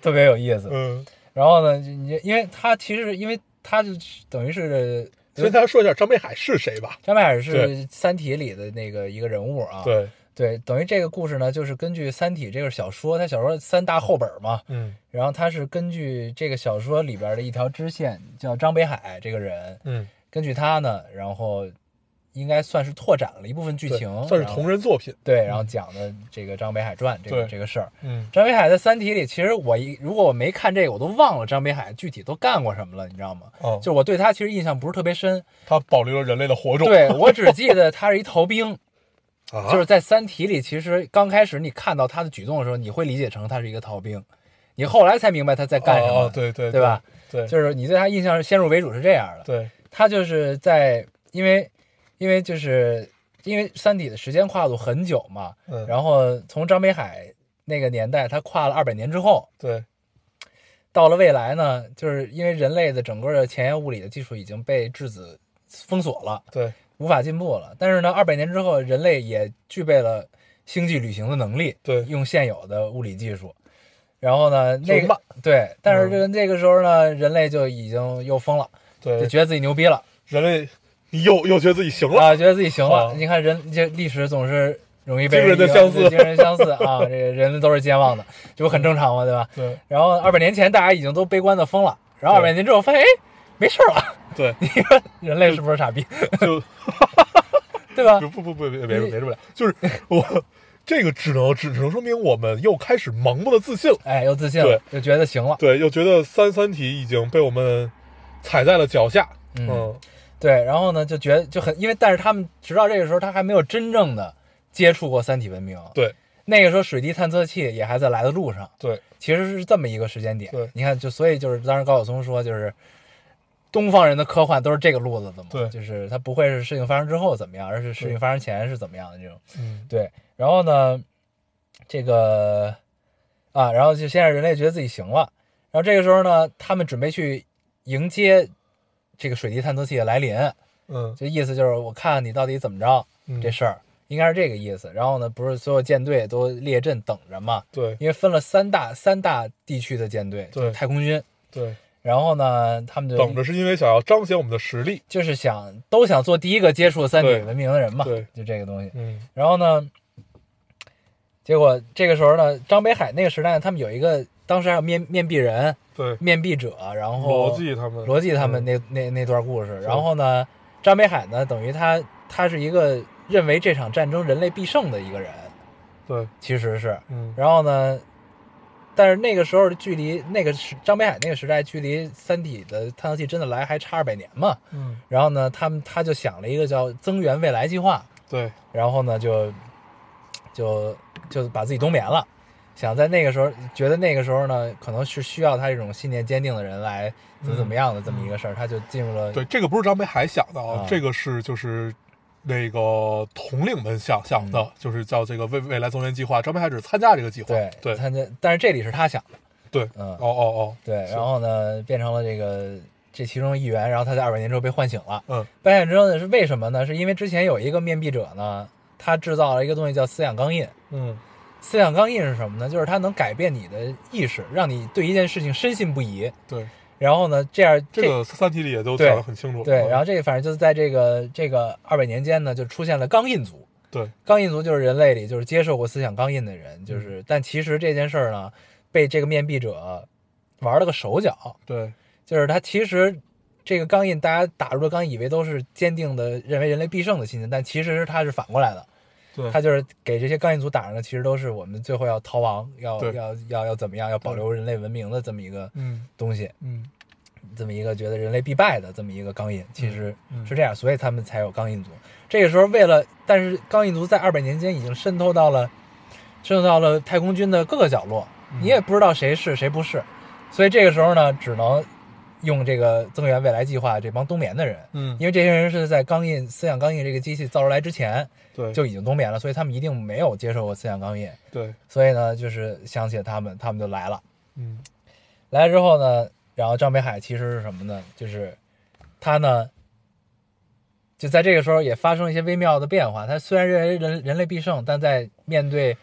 特别有意思。嗯，然后呢，你因为他其实因为他就等于是先大家说一下张北海是谁吧。张北海是对《三体》里的那个一个人物啊。对，对等于这个故事呢，就是根据《三体》这个小说，它小说三大厚本嘛，嗯然后他是根据这个小说里边的一条支线，叫张北海这个人，嗯，根据他呢，然后应该算是拓展了一部分剧对情，算是然后同人作品。对，然后讲的这个张北海传这个对这个事儿。嗯，张北海在《三体》里，其实我一如果我没看这个，我都忘了张北海具体都干过什么了，你知道吗？哦，就我对他其实印象不是特别深，他保留了人类的火种。对我只记得他是一逃兵， 啊，就是在《三体》里，其实刚开始你看到他的举动的时候，你会理解成他是一个逃兵，你后来才明白他在干什么，哦，对对对吧？？对，就是你对他印象是先入为主是这样的，对，他就是在因为因为就是因为《三体》的时间跨度很久嘛，嗯，后然后从张北海那个年代，他跨了二百年之后，对，到了未来呢，就是因为人类的整个的前沿物理的技术已经被质子封锁了，对，无法进步了。但是呢，二百年之后，人类也具备了星际旅行的能力，对用现有的物理技术。然后呢，那就个慢对，但嗯是这个那个时候呢，人类就已经又疯了，就对，觉得自己牛逼了人类，你又又觉得自己行了，啊，觉得自己行了。啊你看人这历史总是容易被惊人的遗忘相似对惊人相似 啊，这个人都是健忘的，这不很正常吗？对吧？对然后二百年前大家已经都悲观的疯了，然后二嗯对百年之后发现哎没事儿了， 对，人类是不是傻逼？就对吧？不不不别别别别这么来， 就是我这个只能只只能说明我们又开始盲目的自信了，哎，又自信了，又觉得行了。对，又觉得三三体已经被我们踩在了脚下，嗯嗯，对，然后呢，就觉得就很，因为但是他们直到这个时候，他还没有真正的接触过三体文明。，对那个时候水滴探测器也还在来的路上，对其实是这么一个时间点。对你看，就所以就是当时高晓松说，就是东方人的科幻都是这个路子的嘛，对就是他不会是事情发生之后怎么样，而是事情发生前是怎么样的这种。嗯对，然后呢，这个啊，然后就现在人类觉得自己行了，然后这个时候呢，他们准备去迎接这个水滴探测器的来临，嗯就意思就是我看看你到底怎么着嗯，这事儿，应该是这个意思。然后呢，不是所有舰队都列阵等着嘛，对因为分了三大三大地区的舰队，就是对太空军。对，然后呢，他们就等着是因为想要彰显我们的实力，嗯就是想都想做第一个接触三体对文明的人嘛，对就这个东西。嗯然后呢，结果这个时候呢，张北海那个时代，他们有一个当时还有面面壁人、对，面壁者，然后逻辑他们逻辑他们嗯那、那那段故事。然后呢，张北海呢，等于他他是一个认为这场战争人类必胜的一个人，对，其实是。嗯然后呢，但是那个时候的距离那个时张北海那个时代距离《三体》的探测器真的来还差二百年嘛。嗯然后呢，他们他就想了一个叫“增援未来计划”。对然后呢就就就把自己冬眠了，想在那个时候觉得那个时候呢，可能是需要他这种信念坚定的人来怎么怎么样的这么一个事儿，他就进入了嗯对，这个不是张北海想的啊啊，这个是就是。那个统领们想想的，就是叫这个未未来增援计划，张北海只是参加这个计划，嗯对对他这但是这里是他想的，对，嗯哦哦哦，对，是然后呢变成了这个这其中一员，然后他在二百年之后被唤醒了，嗯被唤醒之后呢是为什么呢？是因为之前有一个面壁者呢，他制造了一个东西叫思想钢印。嗯，思想钢印是什么呢？就是它能改变你的意识，让你对一件事情深信不疑。对，然后呢，这样这个《三体》里也都对讲得很清楚。对，嗯然后这反正就是在这个这个二百年间呢，就出现了钢印族。对钢印族就是人类里就是接受过思想钢印的人，嗯就是、但其实这件事儿呢，被这个面壁者玩了个手脚，对就是他其实这个钢印大家打入的钢印以为都是坚定的认为人类必胜的信念，但其实他是反过来的，对他就是给这些钢印族打上的其实都是我们最后要逃亡，要对要要要怎么样，要保留人类文明的这么一个嗯东西。嗯这么一个觉得人类必败的这么一个钢印，其实嗯是这样，所以他们才有钢印族。这个时候，为了但是钢印族在二百年间已经渗透到了渗透到了太空军的各个角落，嗯你也不知道谁是谁不是，所以这个时候呢，只能用这个增援未来计划这帮冬眠的人，嗯，因为这些人是在钢印思想钢印这个机器造出来之前对就已经冬眠了，所以他们一定没有接受过思想钢印，对所以呢，就是想起了他们，他们就来了。嗯来之后呢，然后张北海其实是什么呢？就是他呢，就在这个时候也发生了一些微妙的变化。他虽然认为人人类必胜，但在面对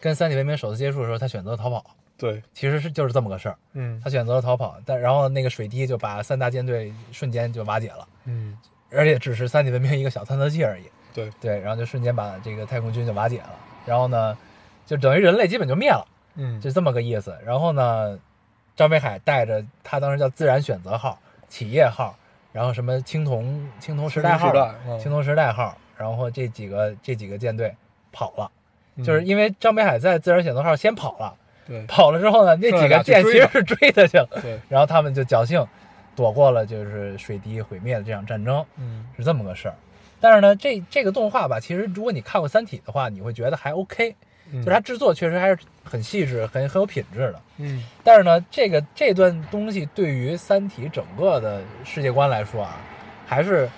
跟三体文明首次接触的时候，他选择了逃跑。对，其实是就是这么个事儿，嗯他选择了逃跑，但然后那个水滴就把三大舰队瞬间就瓦解了，嗯，而且只是三体文明一个小探测器而已。对对，然后就瞬间把这个太空军就瓦解了，然后呢，就等于人类基本就灭了，嗯，就这么个意思。然后呢，张北海带着他当时叫自然选择号、企业号，然后什么青铜青铜时代号青铜时代、嗯青铜时代号，然后这几个这几个舰队跑了，嗯就是因为张北海在自然选择号先跑了，对跑了之后呢，那剩下几个舰俩去其追实他是追他去了，对，然后他们就侥幸躲过了就是水滴毁灭的这场战争。嗯是这么个事儿。但是呢，这这个动画吧，其实如果你看过《三体》的话，你会觉得还 OK，嗯就是它制作确实还是很细致、很很有品质的。嗯但是呢，这个这段东西对于《三体》整个的世界观来说啊，还是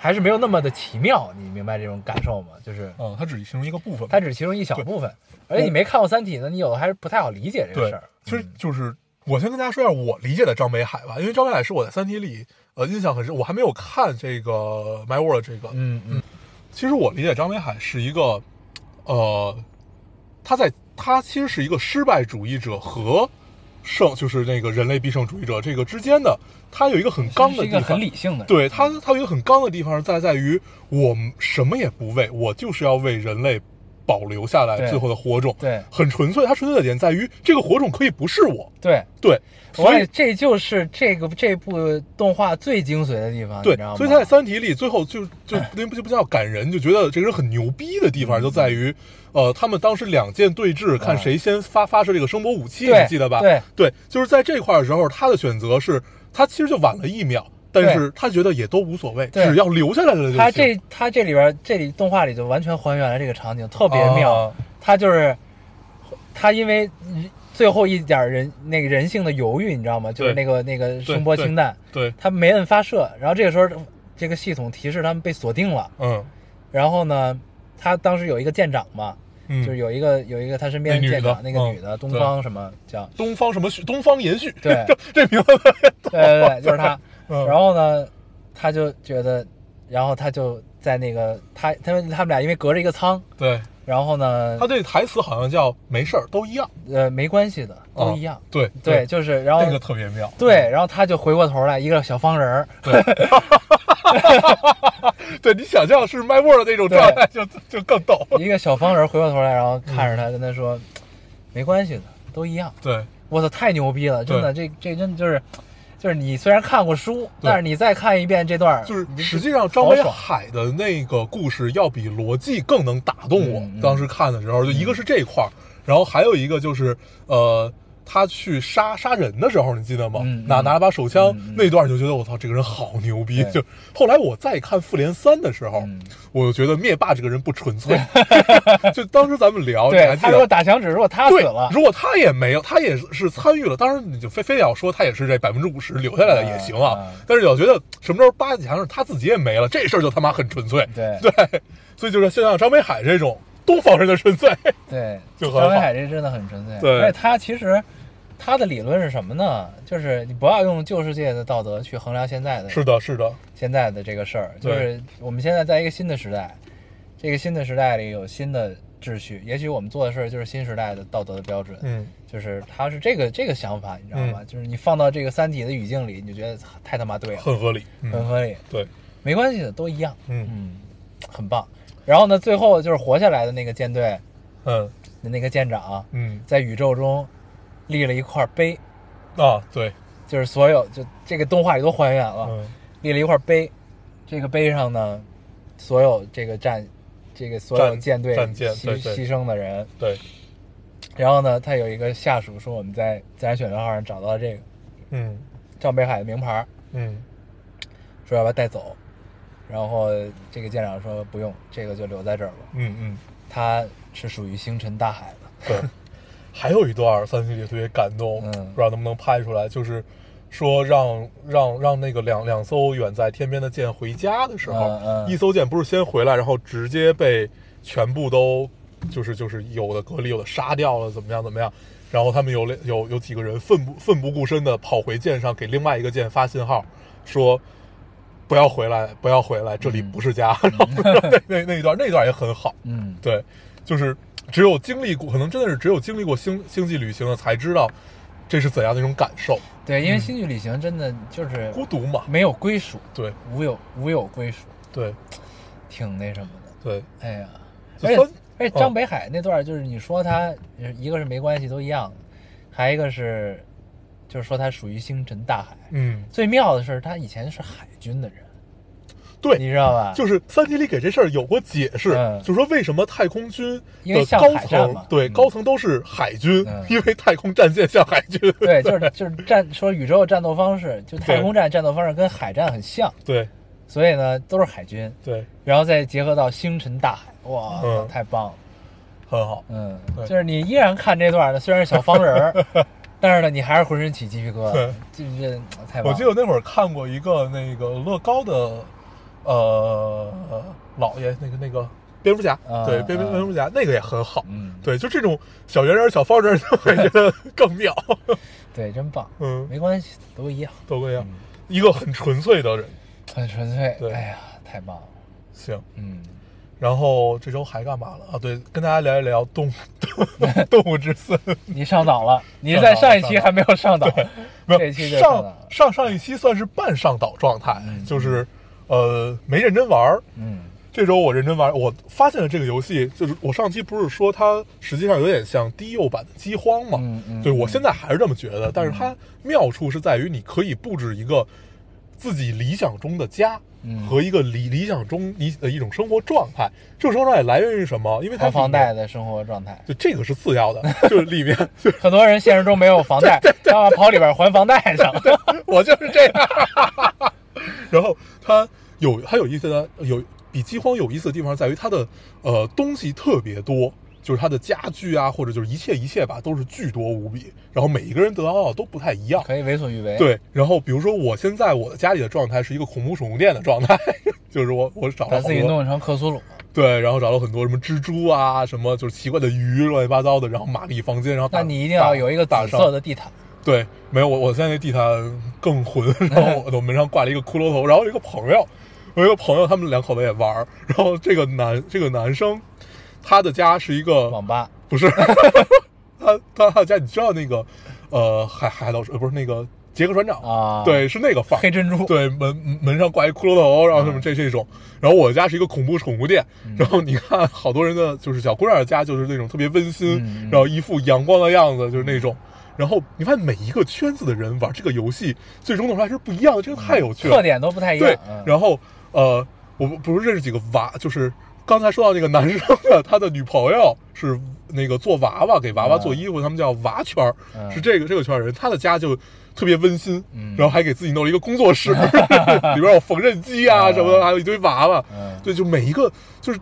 还是没有那么的奇妙。你明白这种感受吗？就是啊，它只是其中一个部分嘛。它只是其中一小部分，而且你没看过《三体》呢，你有的还是不太好理解这个对事儿。，嗯其实就是我先跟大家说一下我理解的张北海吧，因为张北海是我在《三体》里呃印象很深，我还没有看这个《My World》这个。嗯嗯其实我理解张北海是一个，呃，他在他其实是一个失败主义者和胜，就是那个人类必胜主义者这个之间的，他有一个很刚是的一地个方很。理性的人，对他，他有一个很刚的地方在在于我什么也不为，我就是要为人类保留下来对最后的火种。对很纯粹。它纯粹的点在于这个火种可以不是我，对，对，所所以以这就是这个这部动画最精髓的地方，对你知道，吗？哎所以他在《三体》里最后就就那不就不叫感人，就觉得这个人很牛逼的地方就在于，嗯呃，他们当时两舰对峙，看谁先发发射这个声波武器，对你记得吧？对就是在这块儿的时候，他的选择是他其实就晚了一秒，但是他觉得也都无所谓，对只要留下来了就行。他这他这里边这里动画里就完全还原了这个场景，特别妙啊。他就是他因为最后一点人那个人性的犹豫，你知道吗？就是那个那个声波氢弹，对，他没摁发射，然后这个时候这个系统提示他们被锁定了。嗯然后呢，他当时有一个舰长嘛，嗯，就是有一个有一个他身边那女的舰长，那个嗯女的东方什么 叫？东方什么旭东方延续，对这名字，对对对，就是他。 嗯然后呢，他就觉得，然后他就在那个他他们他们俩因为隔着一个舱，嗯对然后呢他，这台词好像叫没事儿都一样，呃，没关系的，都一样。啊对对，就是然后、那个特别妙，对，然后他就回过头来，一个小方人儿，对， 对你想象是 My World 那种状态，就就更逗。一个小方人儿回过头来，然后看嗯着他，跟他说，没关系的，都一样。对，我操，太牛逼了！真的，这这真的就是，就是你虽然看过书，但是你再看一遍这段儿，就是你实际上张豪北爽啊海的那个故事要比逻辑更能打动我。嗯嗯嗯当时看的时候，就一个是这一块儿，然后还有一个就是呃。他去杀杀人的时候，你记得吗？嗯嗯拿拿了把手枪、嗯嗯那段，你就觉得我操，这个人好牛逼。对 就后来我再看《复联三》的时候，嗯我就觉得灭霸这个人不 纯粹。 就当时咱们聊，你对还记他得如果打响指，如果他死对，了，如果他也没有，他也是参与了，当然你就非非要说他也是这百分之五十留下来的也行啊。啊啊但是我觉得什么时候八强是他自己也没了，这事儿就他妈很纯粹。对所以就是像张北海这种东方人的纯粹，对，就很张北好海这真的很纯粹。对而且他其实他的理论是什么呢？就是你不要用旧世界的道德去衡量现在的是的，是的，现在的这个事儿，就对是我们现在在一个新的时代，这个新的时代里有新的秩序，也许我们做的事儿就是新时代的道德的标准。嗯，就是他是这个这个想法，你知道吗？就是你放到这个《三体》的语境里，你就觉得太他妈对了，很合理，很嗯，合理，对，没关系的，都一样，嗯嗯，很棒。然后呢，最后就是活下来的那个舰队嗯的那个舰长，嗯在宇宙中立了一块碑，啊，对，就是所有就这个动画里都还原了，嗯立了一块碑，这个碑上呢，所有这个战，这个所有战舰队战舰牺对对牺牲的人，对，然后呢，他有一个下属说我们在自然选择号上找到了这个嗯张北海的名牌，嗯说要不要带走，然后这个舰长说不用，这个就留在这儿吧，嗯嗯，它是属于星辰大海的。对。 还有一段三星也特别感动，嗯不知道能不能拍出来，就是说让让让那个两两艘远在天边的舰回家的时候，嗯嗯一艘舰不是先回来，然后直接被全部都就是就是有的隔离，有的杀掉了，怎么样怎么样。然后他们有有有几个人奋不奋不顾身的跑回舰上，给另外一个舰发信号，说不要回来，不要回来，这里不是家。 然后那那那一段那一段也很好，嗯，对，就是只有经历过，可能真的是只有经历过星星际旅行的才知道这是怎样的一种感受，对，因为星际旅行真的就是孤独嘛。没有归属，对无有无有归属，对挺那什么的。对，哎呀，就而且分而且嗯张北海那段就是你说他一个是没关系都一样，还一个是就是说他属于星辰大海。嗯，最妙的是他以前是海军的人，对你知道吧？就是三体里给这事儿有过解释，嗯就说为什么太空军因为的像高海战嘛层对、嗯高层都是海军、嗯因为太空战舰像海军。对，就是就是战说宇宙战斗方式，就太对空战战斗方式跟海战很像，对所以呢都是海军，对，然后再结合到星辰大海，哇，嗯太棒了！很好。嗯，对就是你依然看这段呢，虽然是小方人 儿，但是呢，你还是浑身起鸡皮疙瘩对，就是太棒了。嗯我记得我那会儿看过一个那个乐高的，呃，呃老爷那个那个蝙蝠侠，啊对，蝙蝠啊蝙蝠侠那个也很好。嗯，对，就这种小圆人、小方 人，就会觉得更妙。 对，真棒，嗯，没关系，都一样，都一样嗯，一个很纯粹的人。很纯粹。对哎呀，太棒了，行，嗯，然后这周还干嘛了啊？对，跟大家聊一聊动物 动物 之森。 你上岛了，你上在岛上一上期岛还没有上岛，没这有一期就上岛上了，上上一期算是半上岛状态，嗯就是呃没认真玩儿。嗯这周我认真玩儿，我发现了这个游戏，就是我上期不是说它实际上有点像低幼版的饥荒嘛？嗯嗯对我嗯现在还是这么觉得，但是它妙处是在于你可以布置一个自己理想中的家。嗯和一个理理想中一呃的一种生活状态，这种生活状态来源于什么？因为它还里房面贷的生活状态，就这个是次要的， 就是里面，就很多人现实中没有房 贷，要跑里边还房贷去了。我就是这样。然后它有它有意思的有比饥荒有意思的地方在于它的呃东西特别多，就是它的家具啊，或者就是一切一切吧，都是巨多无比。然后每一个人得到的都不太一样。可以为所欲为。，对，然后比如说我现在我的家里的状态是一个恐怖手工店的状态，就是我我找把了好自己多弄成克苏鲁。对，然后找了很多什么蜘蛛啊，什么就是奇怪的鱼，乱七八糟的，然后玛丽房间，然后打那你一定要有一个打紫上色的地毯，对，没有我我现在那地毯更混，然后我的门上挂了一个骷髅头，然后有一个朋友，我有一个朋友他们两口子也玩儿，然后这个男这个男生，他的家是一个网吧。不是，他他他家你知道那个呃海海盗船呃不是那个杰克船长啊对，是那个范儿黑珍珠，对，门门上挂一骷髅头，然后什嗯么这这种。然后我家是一个恐怖宠物店， 然后你看好多人的就是小姑娘的家就是那种特别温馨，嗯嗯嗯然后一副阳光的样子，就是那种。然后你发现每一个圈子的人玩这个游戏，最终弄出来是不一样的，这个太有趣了。特点都不太一样对。嗯，然后呃，我不不是认识几个娃，就是刚才说到那个男生的，他的女朋友是那个做娃娃，给娃娃做衣服，他们叫娃圈儿，嗯是这个这个圈儿人，他的家就特别温馨，嗯然后还给自己弄了一个工作 室，里边有缝纫机啊嗯什么的，还有一堆娃娃，嗯对，就每一个就是。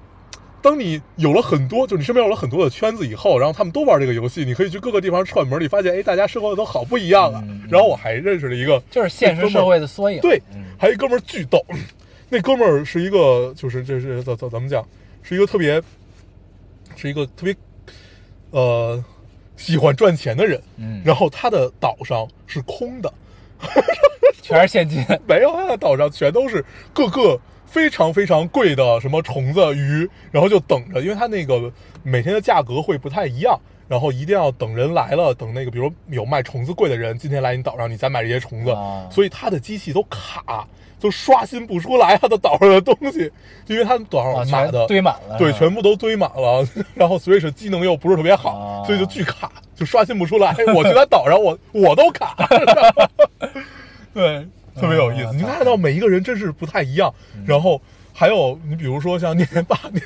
当你有了很多，就你身边有了很多的圈子以后，然后他们都玩这个游戏，你可以去各个地方串门，你发现，哎，大家生活的都好不一样啊。嗯嗯然后我还认识了一个，就是现实社会的缩影。对嗯，还有一哥们儿巨逗， 那哥们儿是一个，就是这是怎怎怎么讲，是一个特别，是一个特别，呃，喜欢赚钱的人。嗯，然后他的岛上是空的，全是现金。 没有他的岛上全都是各个非常非常贵的什么虫子、鱼，然后就等着，因为他那个每天的价格会不太一样。然后一定要等人来了，等那个，比如有卖虫子贵的人，今天来你岛上，你再买这些虫子，啊所以他的机器都卡，就刷新不出来他的岛上的东西，因为他们岛啊，上买全的、堆满了，对，是吧全部都堆满了， 然后 Switch 机能又不是特别好，啊所以就巨卡，就刷新不出来。 我去他岛上，我我都卡， 对，特别有意思。啊嗯你看到每一个人真是不太一样，然后。还有，你比如说像念念爸， 念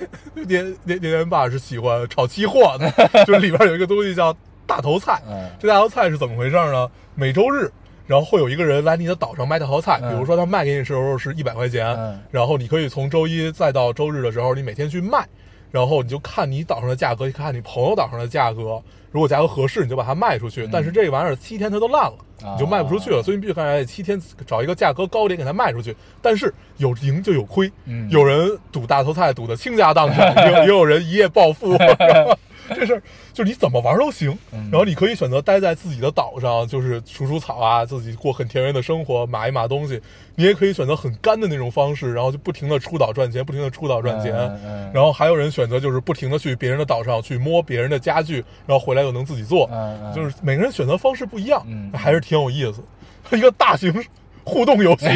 念念念念爸是喜欢炒期货的，就是里边有一个东西叫大头菜，嗯这大头菜是怎么回事呢？每周日，然后会有一个人来你的岛上卖大头菜，比嗯如说他卖给你的时候是一百块钱，嗯然后你可以从周一再到周日的时候，你每天去卖，然后你就看你岛上的价格，看你朋友岛上的价格，如果价格合适，你就把它卖出去。但是这玩意儿七天它都烂了，嗯啊你就卖不出去了，所以你必须看哎七天找一个价格高点给它卖出去。但是有赢就有亏，嗯有人赌大头菜赌的倾家荡产，也有也有人一夜暴富， 这事儿就是你怎么玩都行，嗯然后你可以选择待在自己的岛上，就是除除草啊，自己过很田园的生活，码一码东西。你也可以选择很干的那种方式，然后就不停的出岛赚钱，不停的出岛赚钱。嗯嗯然后还有人选择就是不停的去别人的岛上去摸别人的家具，然后回来又能自己做。嗯嗯就是每个人选择方式不一样，嗯还是挺有意思。一个大型互 动游戏，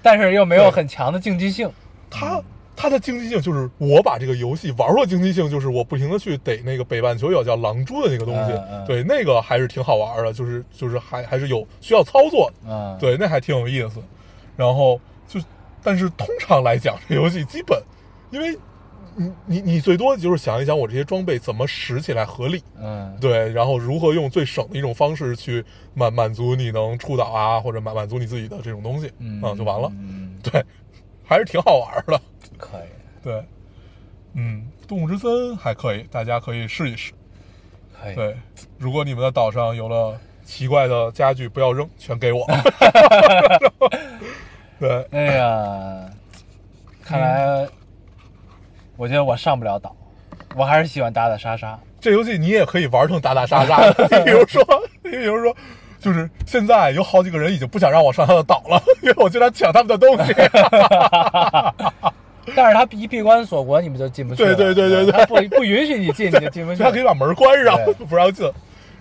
但是又没有对很强的竞技性。它它的竞技性就是我把这个游戏玩过，竞技性就是我不停的去逮那个北半球有叫狼蛛的那个东西，嗯嗯对，那个还是挺好玩的，就是就是还还是有需要操作，嗯，，对，那还挺有意思。然后就，但是通常来讲，这游戏基本，因为你你你最多就是想一想我这些装备怎么使起来合理，嗯，对，然后如何用最省的一种方式去满满足你能出岛啊，或者满满足你自己的这种东西，嗯，啊，就完了。嗯，对，还是挺好玩的。可以，对，嗯，动物之森还可以，大家可以试一试。可以，对，如果你们的岛上有了奇怪的家具，不要扔，全 给我。对，哎呀，看嗯来我觉得我上不了岛，我还是喜欢打打杀杀。这游戏你也可以玩成打打杀杀的。你比如说，你比如说，就是现在有好几个人已经不想让我上他的岛了，因为我经常抢他们的东西。但是他一闭关锁国，你们就进不去了。对对对对对他不不允许你 进，你就进不去他可以。把门关上对，不让进。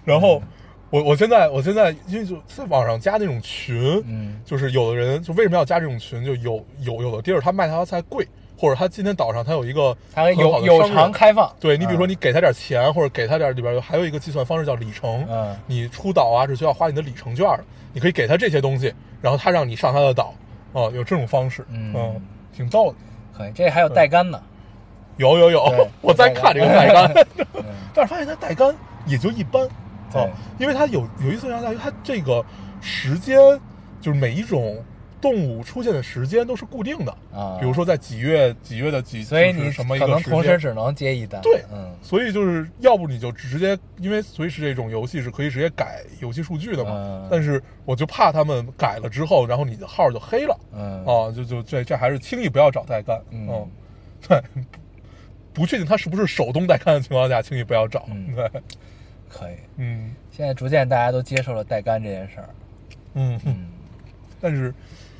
然后我我现在我现在因为就在网上加那种群，嗯就是有的人就为什么要加这种群？就有有有的地儿他卖他的菜贵，或者他今天岛上他有一个他很好有的有商人偿开放。对你，比如说嗯你给他点钱，或者给他点里边有还有一个计算方式叫里程，嗯你出岛啊是需要花你的里程券的，你可以给他这些东西，然后他让你上他的岛，啊，有这种方式，嗯挺逗的。可以，这还有带杆呢。有有有对， 我在看这个带杆，嗯但是发现它带杆也就一般，对啊，因为它有有意思在于它这个时间，就是每一种动物出现的时间都是固定的，啊，比如，说在几月几月的几，所以就是你什么一可个能时同时间。只能接一单。对嗯所以就是要不你就直接，因为随时这种游戏是可以直接改游戏数据的嘛。嗯但是我就怕他们改了之后，然后你的号就黑了、嗯，啊！就就这这还是轻易不要找代干，嗯对， 不确定它是不是手动代干的情况下，轻易不要找。嗯对，可以。嗯现在逐渐大家都接受了带杆这件事儿。嗯，嗯，但是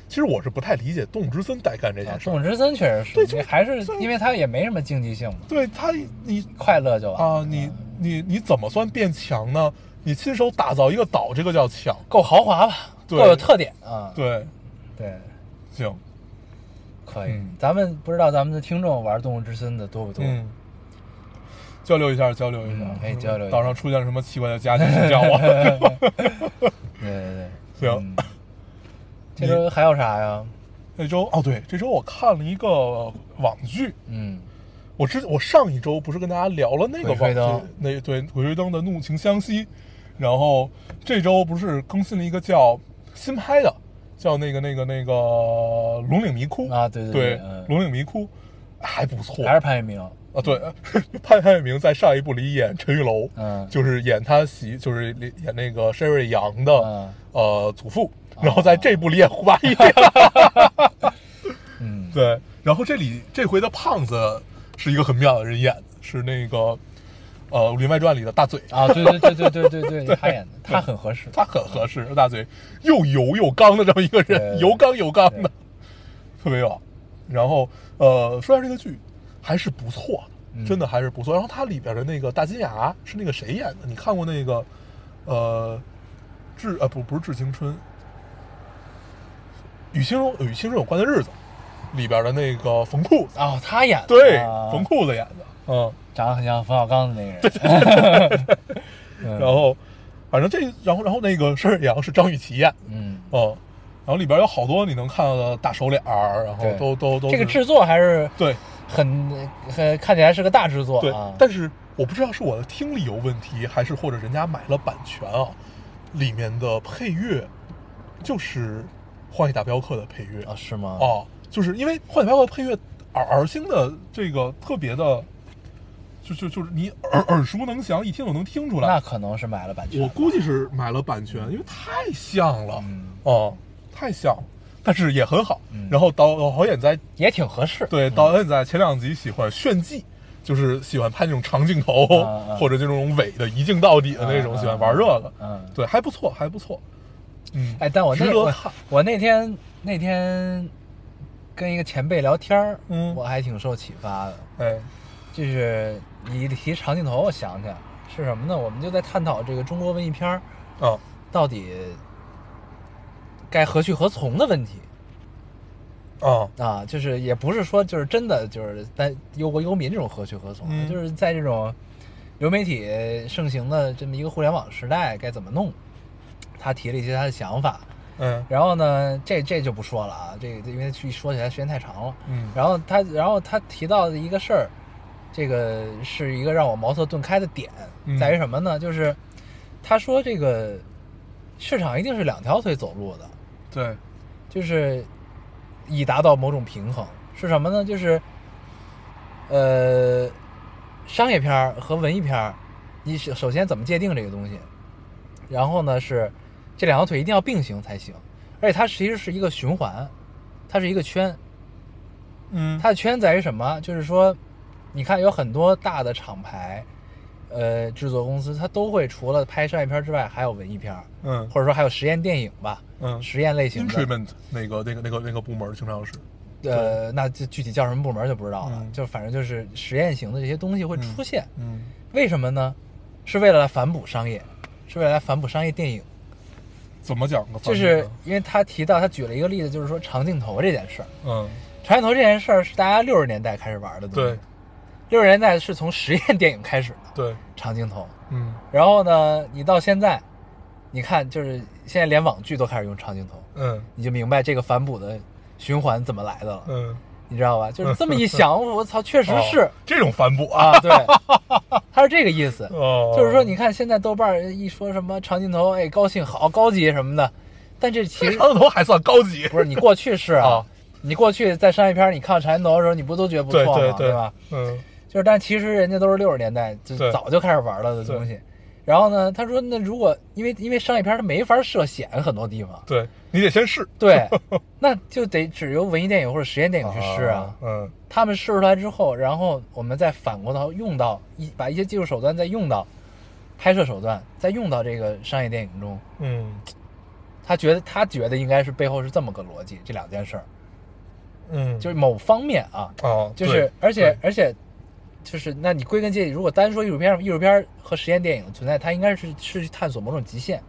其实我是不太理解动物之森代干这啊件事儿。宋之森确实是，对就是还是就是因为他也没什么竞技性嘛，对他，你快乐就完了啊，你你你怎么算变强呢？你亲手打造一个岛，这个叫强。够豪华吧，对够有特点啊。对，对，行，可以。嗯咱们不知道咱们的听众玩《动物之森》的多不多？嗯，交流一下，交流一下嗯，可以交流一下岛上出现了什么奇怪的家庭，请 叫我。对对对，行，嗯这周还有啥呀？这周哦，对，这周我看了一个呃网剧。嗯，我之我上一周不是跟大家聊了那个鬼吹网灯剧，那对《鬼吹灯》的《怒晴湘西》，然后这周不是更新了一个叫新拍的，叫那个那个那个《龙岭迷窟》啊对对对对嗯龙岭迷窟》还不错，还是潘粤明。啊，对， 潘粤明在上一部里演陈玉楼，嗯就是演他媳，就是演那个 Sherry 杨的、嗯啊呃祖父，然后在这部里演胡八 一，嗯，对，然后这里这回的胖子是一个很妙的人演，是那个呃《武林外传》里的大嘴，啊，对对对对对对对，他演的，他很合适。他很合适，大嘴又油又刚的这么一个人，对油刚油刚对的，特别好。然后呃，说一下这个剧还是不错嗯的，真的还是不错。然后它里边的那个大金牙是那个谁演的？你看过那个呃致呃不不是致青春，与青春与青春有关的日子里边的那个冯裤子，哦，他演的对，啊冯裤子演的，嗯。长得很像冯小刚的那个人。嗯然后反正这然后然后那个申世阳是张雨绮演的。嗯，嗯，然后里边有好多你能看到的大手脸儿，然后对都都都这个是制作还是对很很看起来是个大制作对啊，。但是我不知道是我的听力有问题，还是或者人家买了版权啊，里面的配乐就是《荒野大镖客》的配乐啊是吗？，哦，就是因为《荒野大镖客》配乐耳耳星的这个特别的，就就就是你耳耳熟能详，一听就能听出那来。可能是买了版权。我估计是买了版权，因为太像了。嗯，哦，太像，但是也很好。嗯然后导导演在也挺合适。对导演在前两集喜欢炫技，就是喜欢拍那种长镜头，啊啊 或者这种伪的一镜到底的那种，啊啊喜欢玩这个。嗯，对，还不错，还不错。嗯，哎，但我值那得我看我那天那天跟一个前辈聊天儿，嗯我还挺受启发的。哎，就是你一提长镜头，我想起来是什么呢？我们就在探讨这个中国文艺片儿啊，到底该何去何从的问题啊，啊，就是也不是说就是真的就是在忧国忧民这种何去何从，啊嗯就是在这种流媒体盛行的这么一个互联网时代该怎么弄？他提了一些他的想法，嗯然后呢，这这就不说了啊，这个因为去说起来时间太长了。嗯，然后他，然后他提到的一个事儿，这个是一个让我茅塞顿开的点嗯，在于什么呢？就是他说这个市场一定是两条腿走路的，对，就是以达到某种平衡，是什么呢？就是呃，商业片儿和文艺片儿，你首首先怎么界定这个东西？然后呢是这两条腿一定要并行才行，而且它其实是一个循环，它是一个圈，嗯，它的圈在于什么？就是说，你看有很多大的厂牌，呃，制作公司，它都会除了拍商业片之外，还有文艺片儿，嗯或者说还有实验电影吧，嗯实验类型的。 ，instrument 那个那个那个那个部门儿经常是，呃，那这具体叫什么部门就不知道了，嗯就反正就是实验型的这些东西会出现。嗯为什么呢？是为了来反哺商业，是为了来反哺商业电影。怎么哦讲个方就面是呢？因为他提到，他举了一个例子，就是说长镜头这件事儿。嗯，长镜头这件事儿是大家六十年代开始玩的东西对，六十年代是从实验电影开始的。对，长镜头。嗯然后呢，你到现在，你看就是现在连网剧都开始用长镜头，嗯你就明白这个反哺的循环怎么来的了，嗯，你知道吧？就是这么一想，我操，确实哦是、这种反哺啊，啊，对，他是这个意思。哦，就是说，你看现在豆瓣儿一说什么长镜头，哎，高兴好高级什么的，但这其 实长头还算高级， 不是你过去是啊哦，你过去在商业片儿你看长镜头的时候，你不都觉得不对错对吗？对吧？？嗯就是，但其实人家都是六十年代就对早就开始玩了的东西。然后呢，他说那如果因为因为商业片它没法涉险很多地方，对你得先试对，那就得只由文艺电影或者实验电影去试啊。嗯他们试出来之后，然后我们再反过头用到一把一些技术手段再用到拍摄手段，再用到这个商业电影中。嗯他觉得他觉得应该是背后是这么个逻辑，这两件事儿嗯，就是某方面啊，哦，就是对而且对而且就是，那你归根结底，如果单说艺术片，艺术片和实验电影的存在，它应该是是去探索某种极限，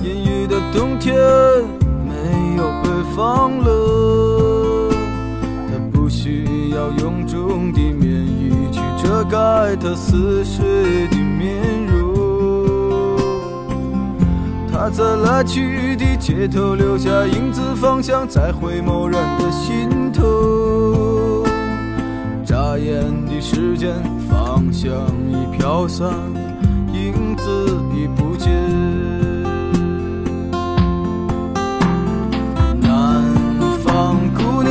阴雨的冬天没有北方冷，他不需要臃肿的棉衣去遮盖他似水的面容。他在来去的街头留下影子，方向在回眸人的心头。眨眼的时间，方向已飘散，影子已不见。南方姑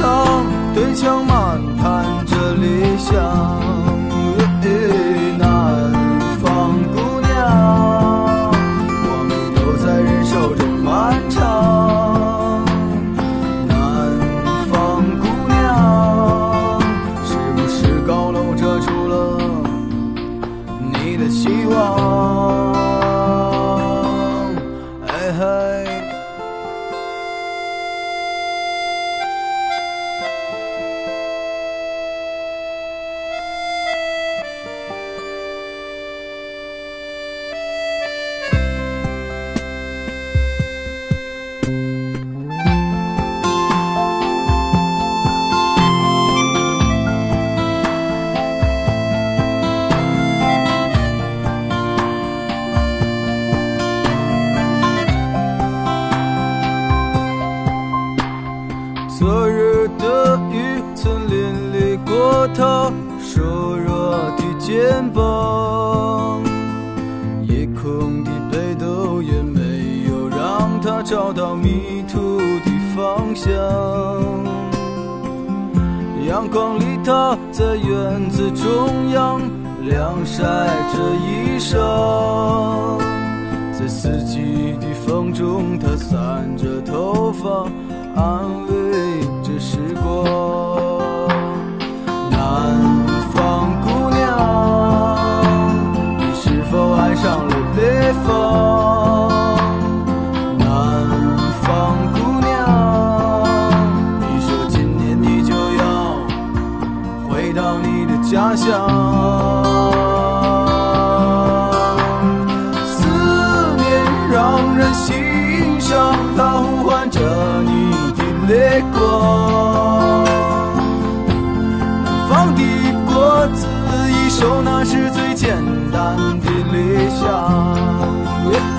糖，对墙漫谈着理想。南方姑娘，我们都在忍受着漫长。南方姑娘，是不是高楼遮住了你的希望？哎嘿。昨日的雨曾淋漓过她瘦弱的肩膀，夜空的北斗也没有让她找到迷途的方向。阳光里，她在院子中央晾晒着衣裳。在四季的风中，她散着头发，安慰着时光。南方姑娘，你是否爱上了北方？南方姑娘，你说今年你就要。回到你的家乡。思念让人心伤，它呼唤着你的泪光。南方的果子一熟，那是最简单的理想。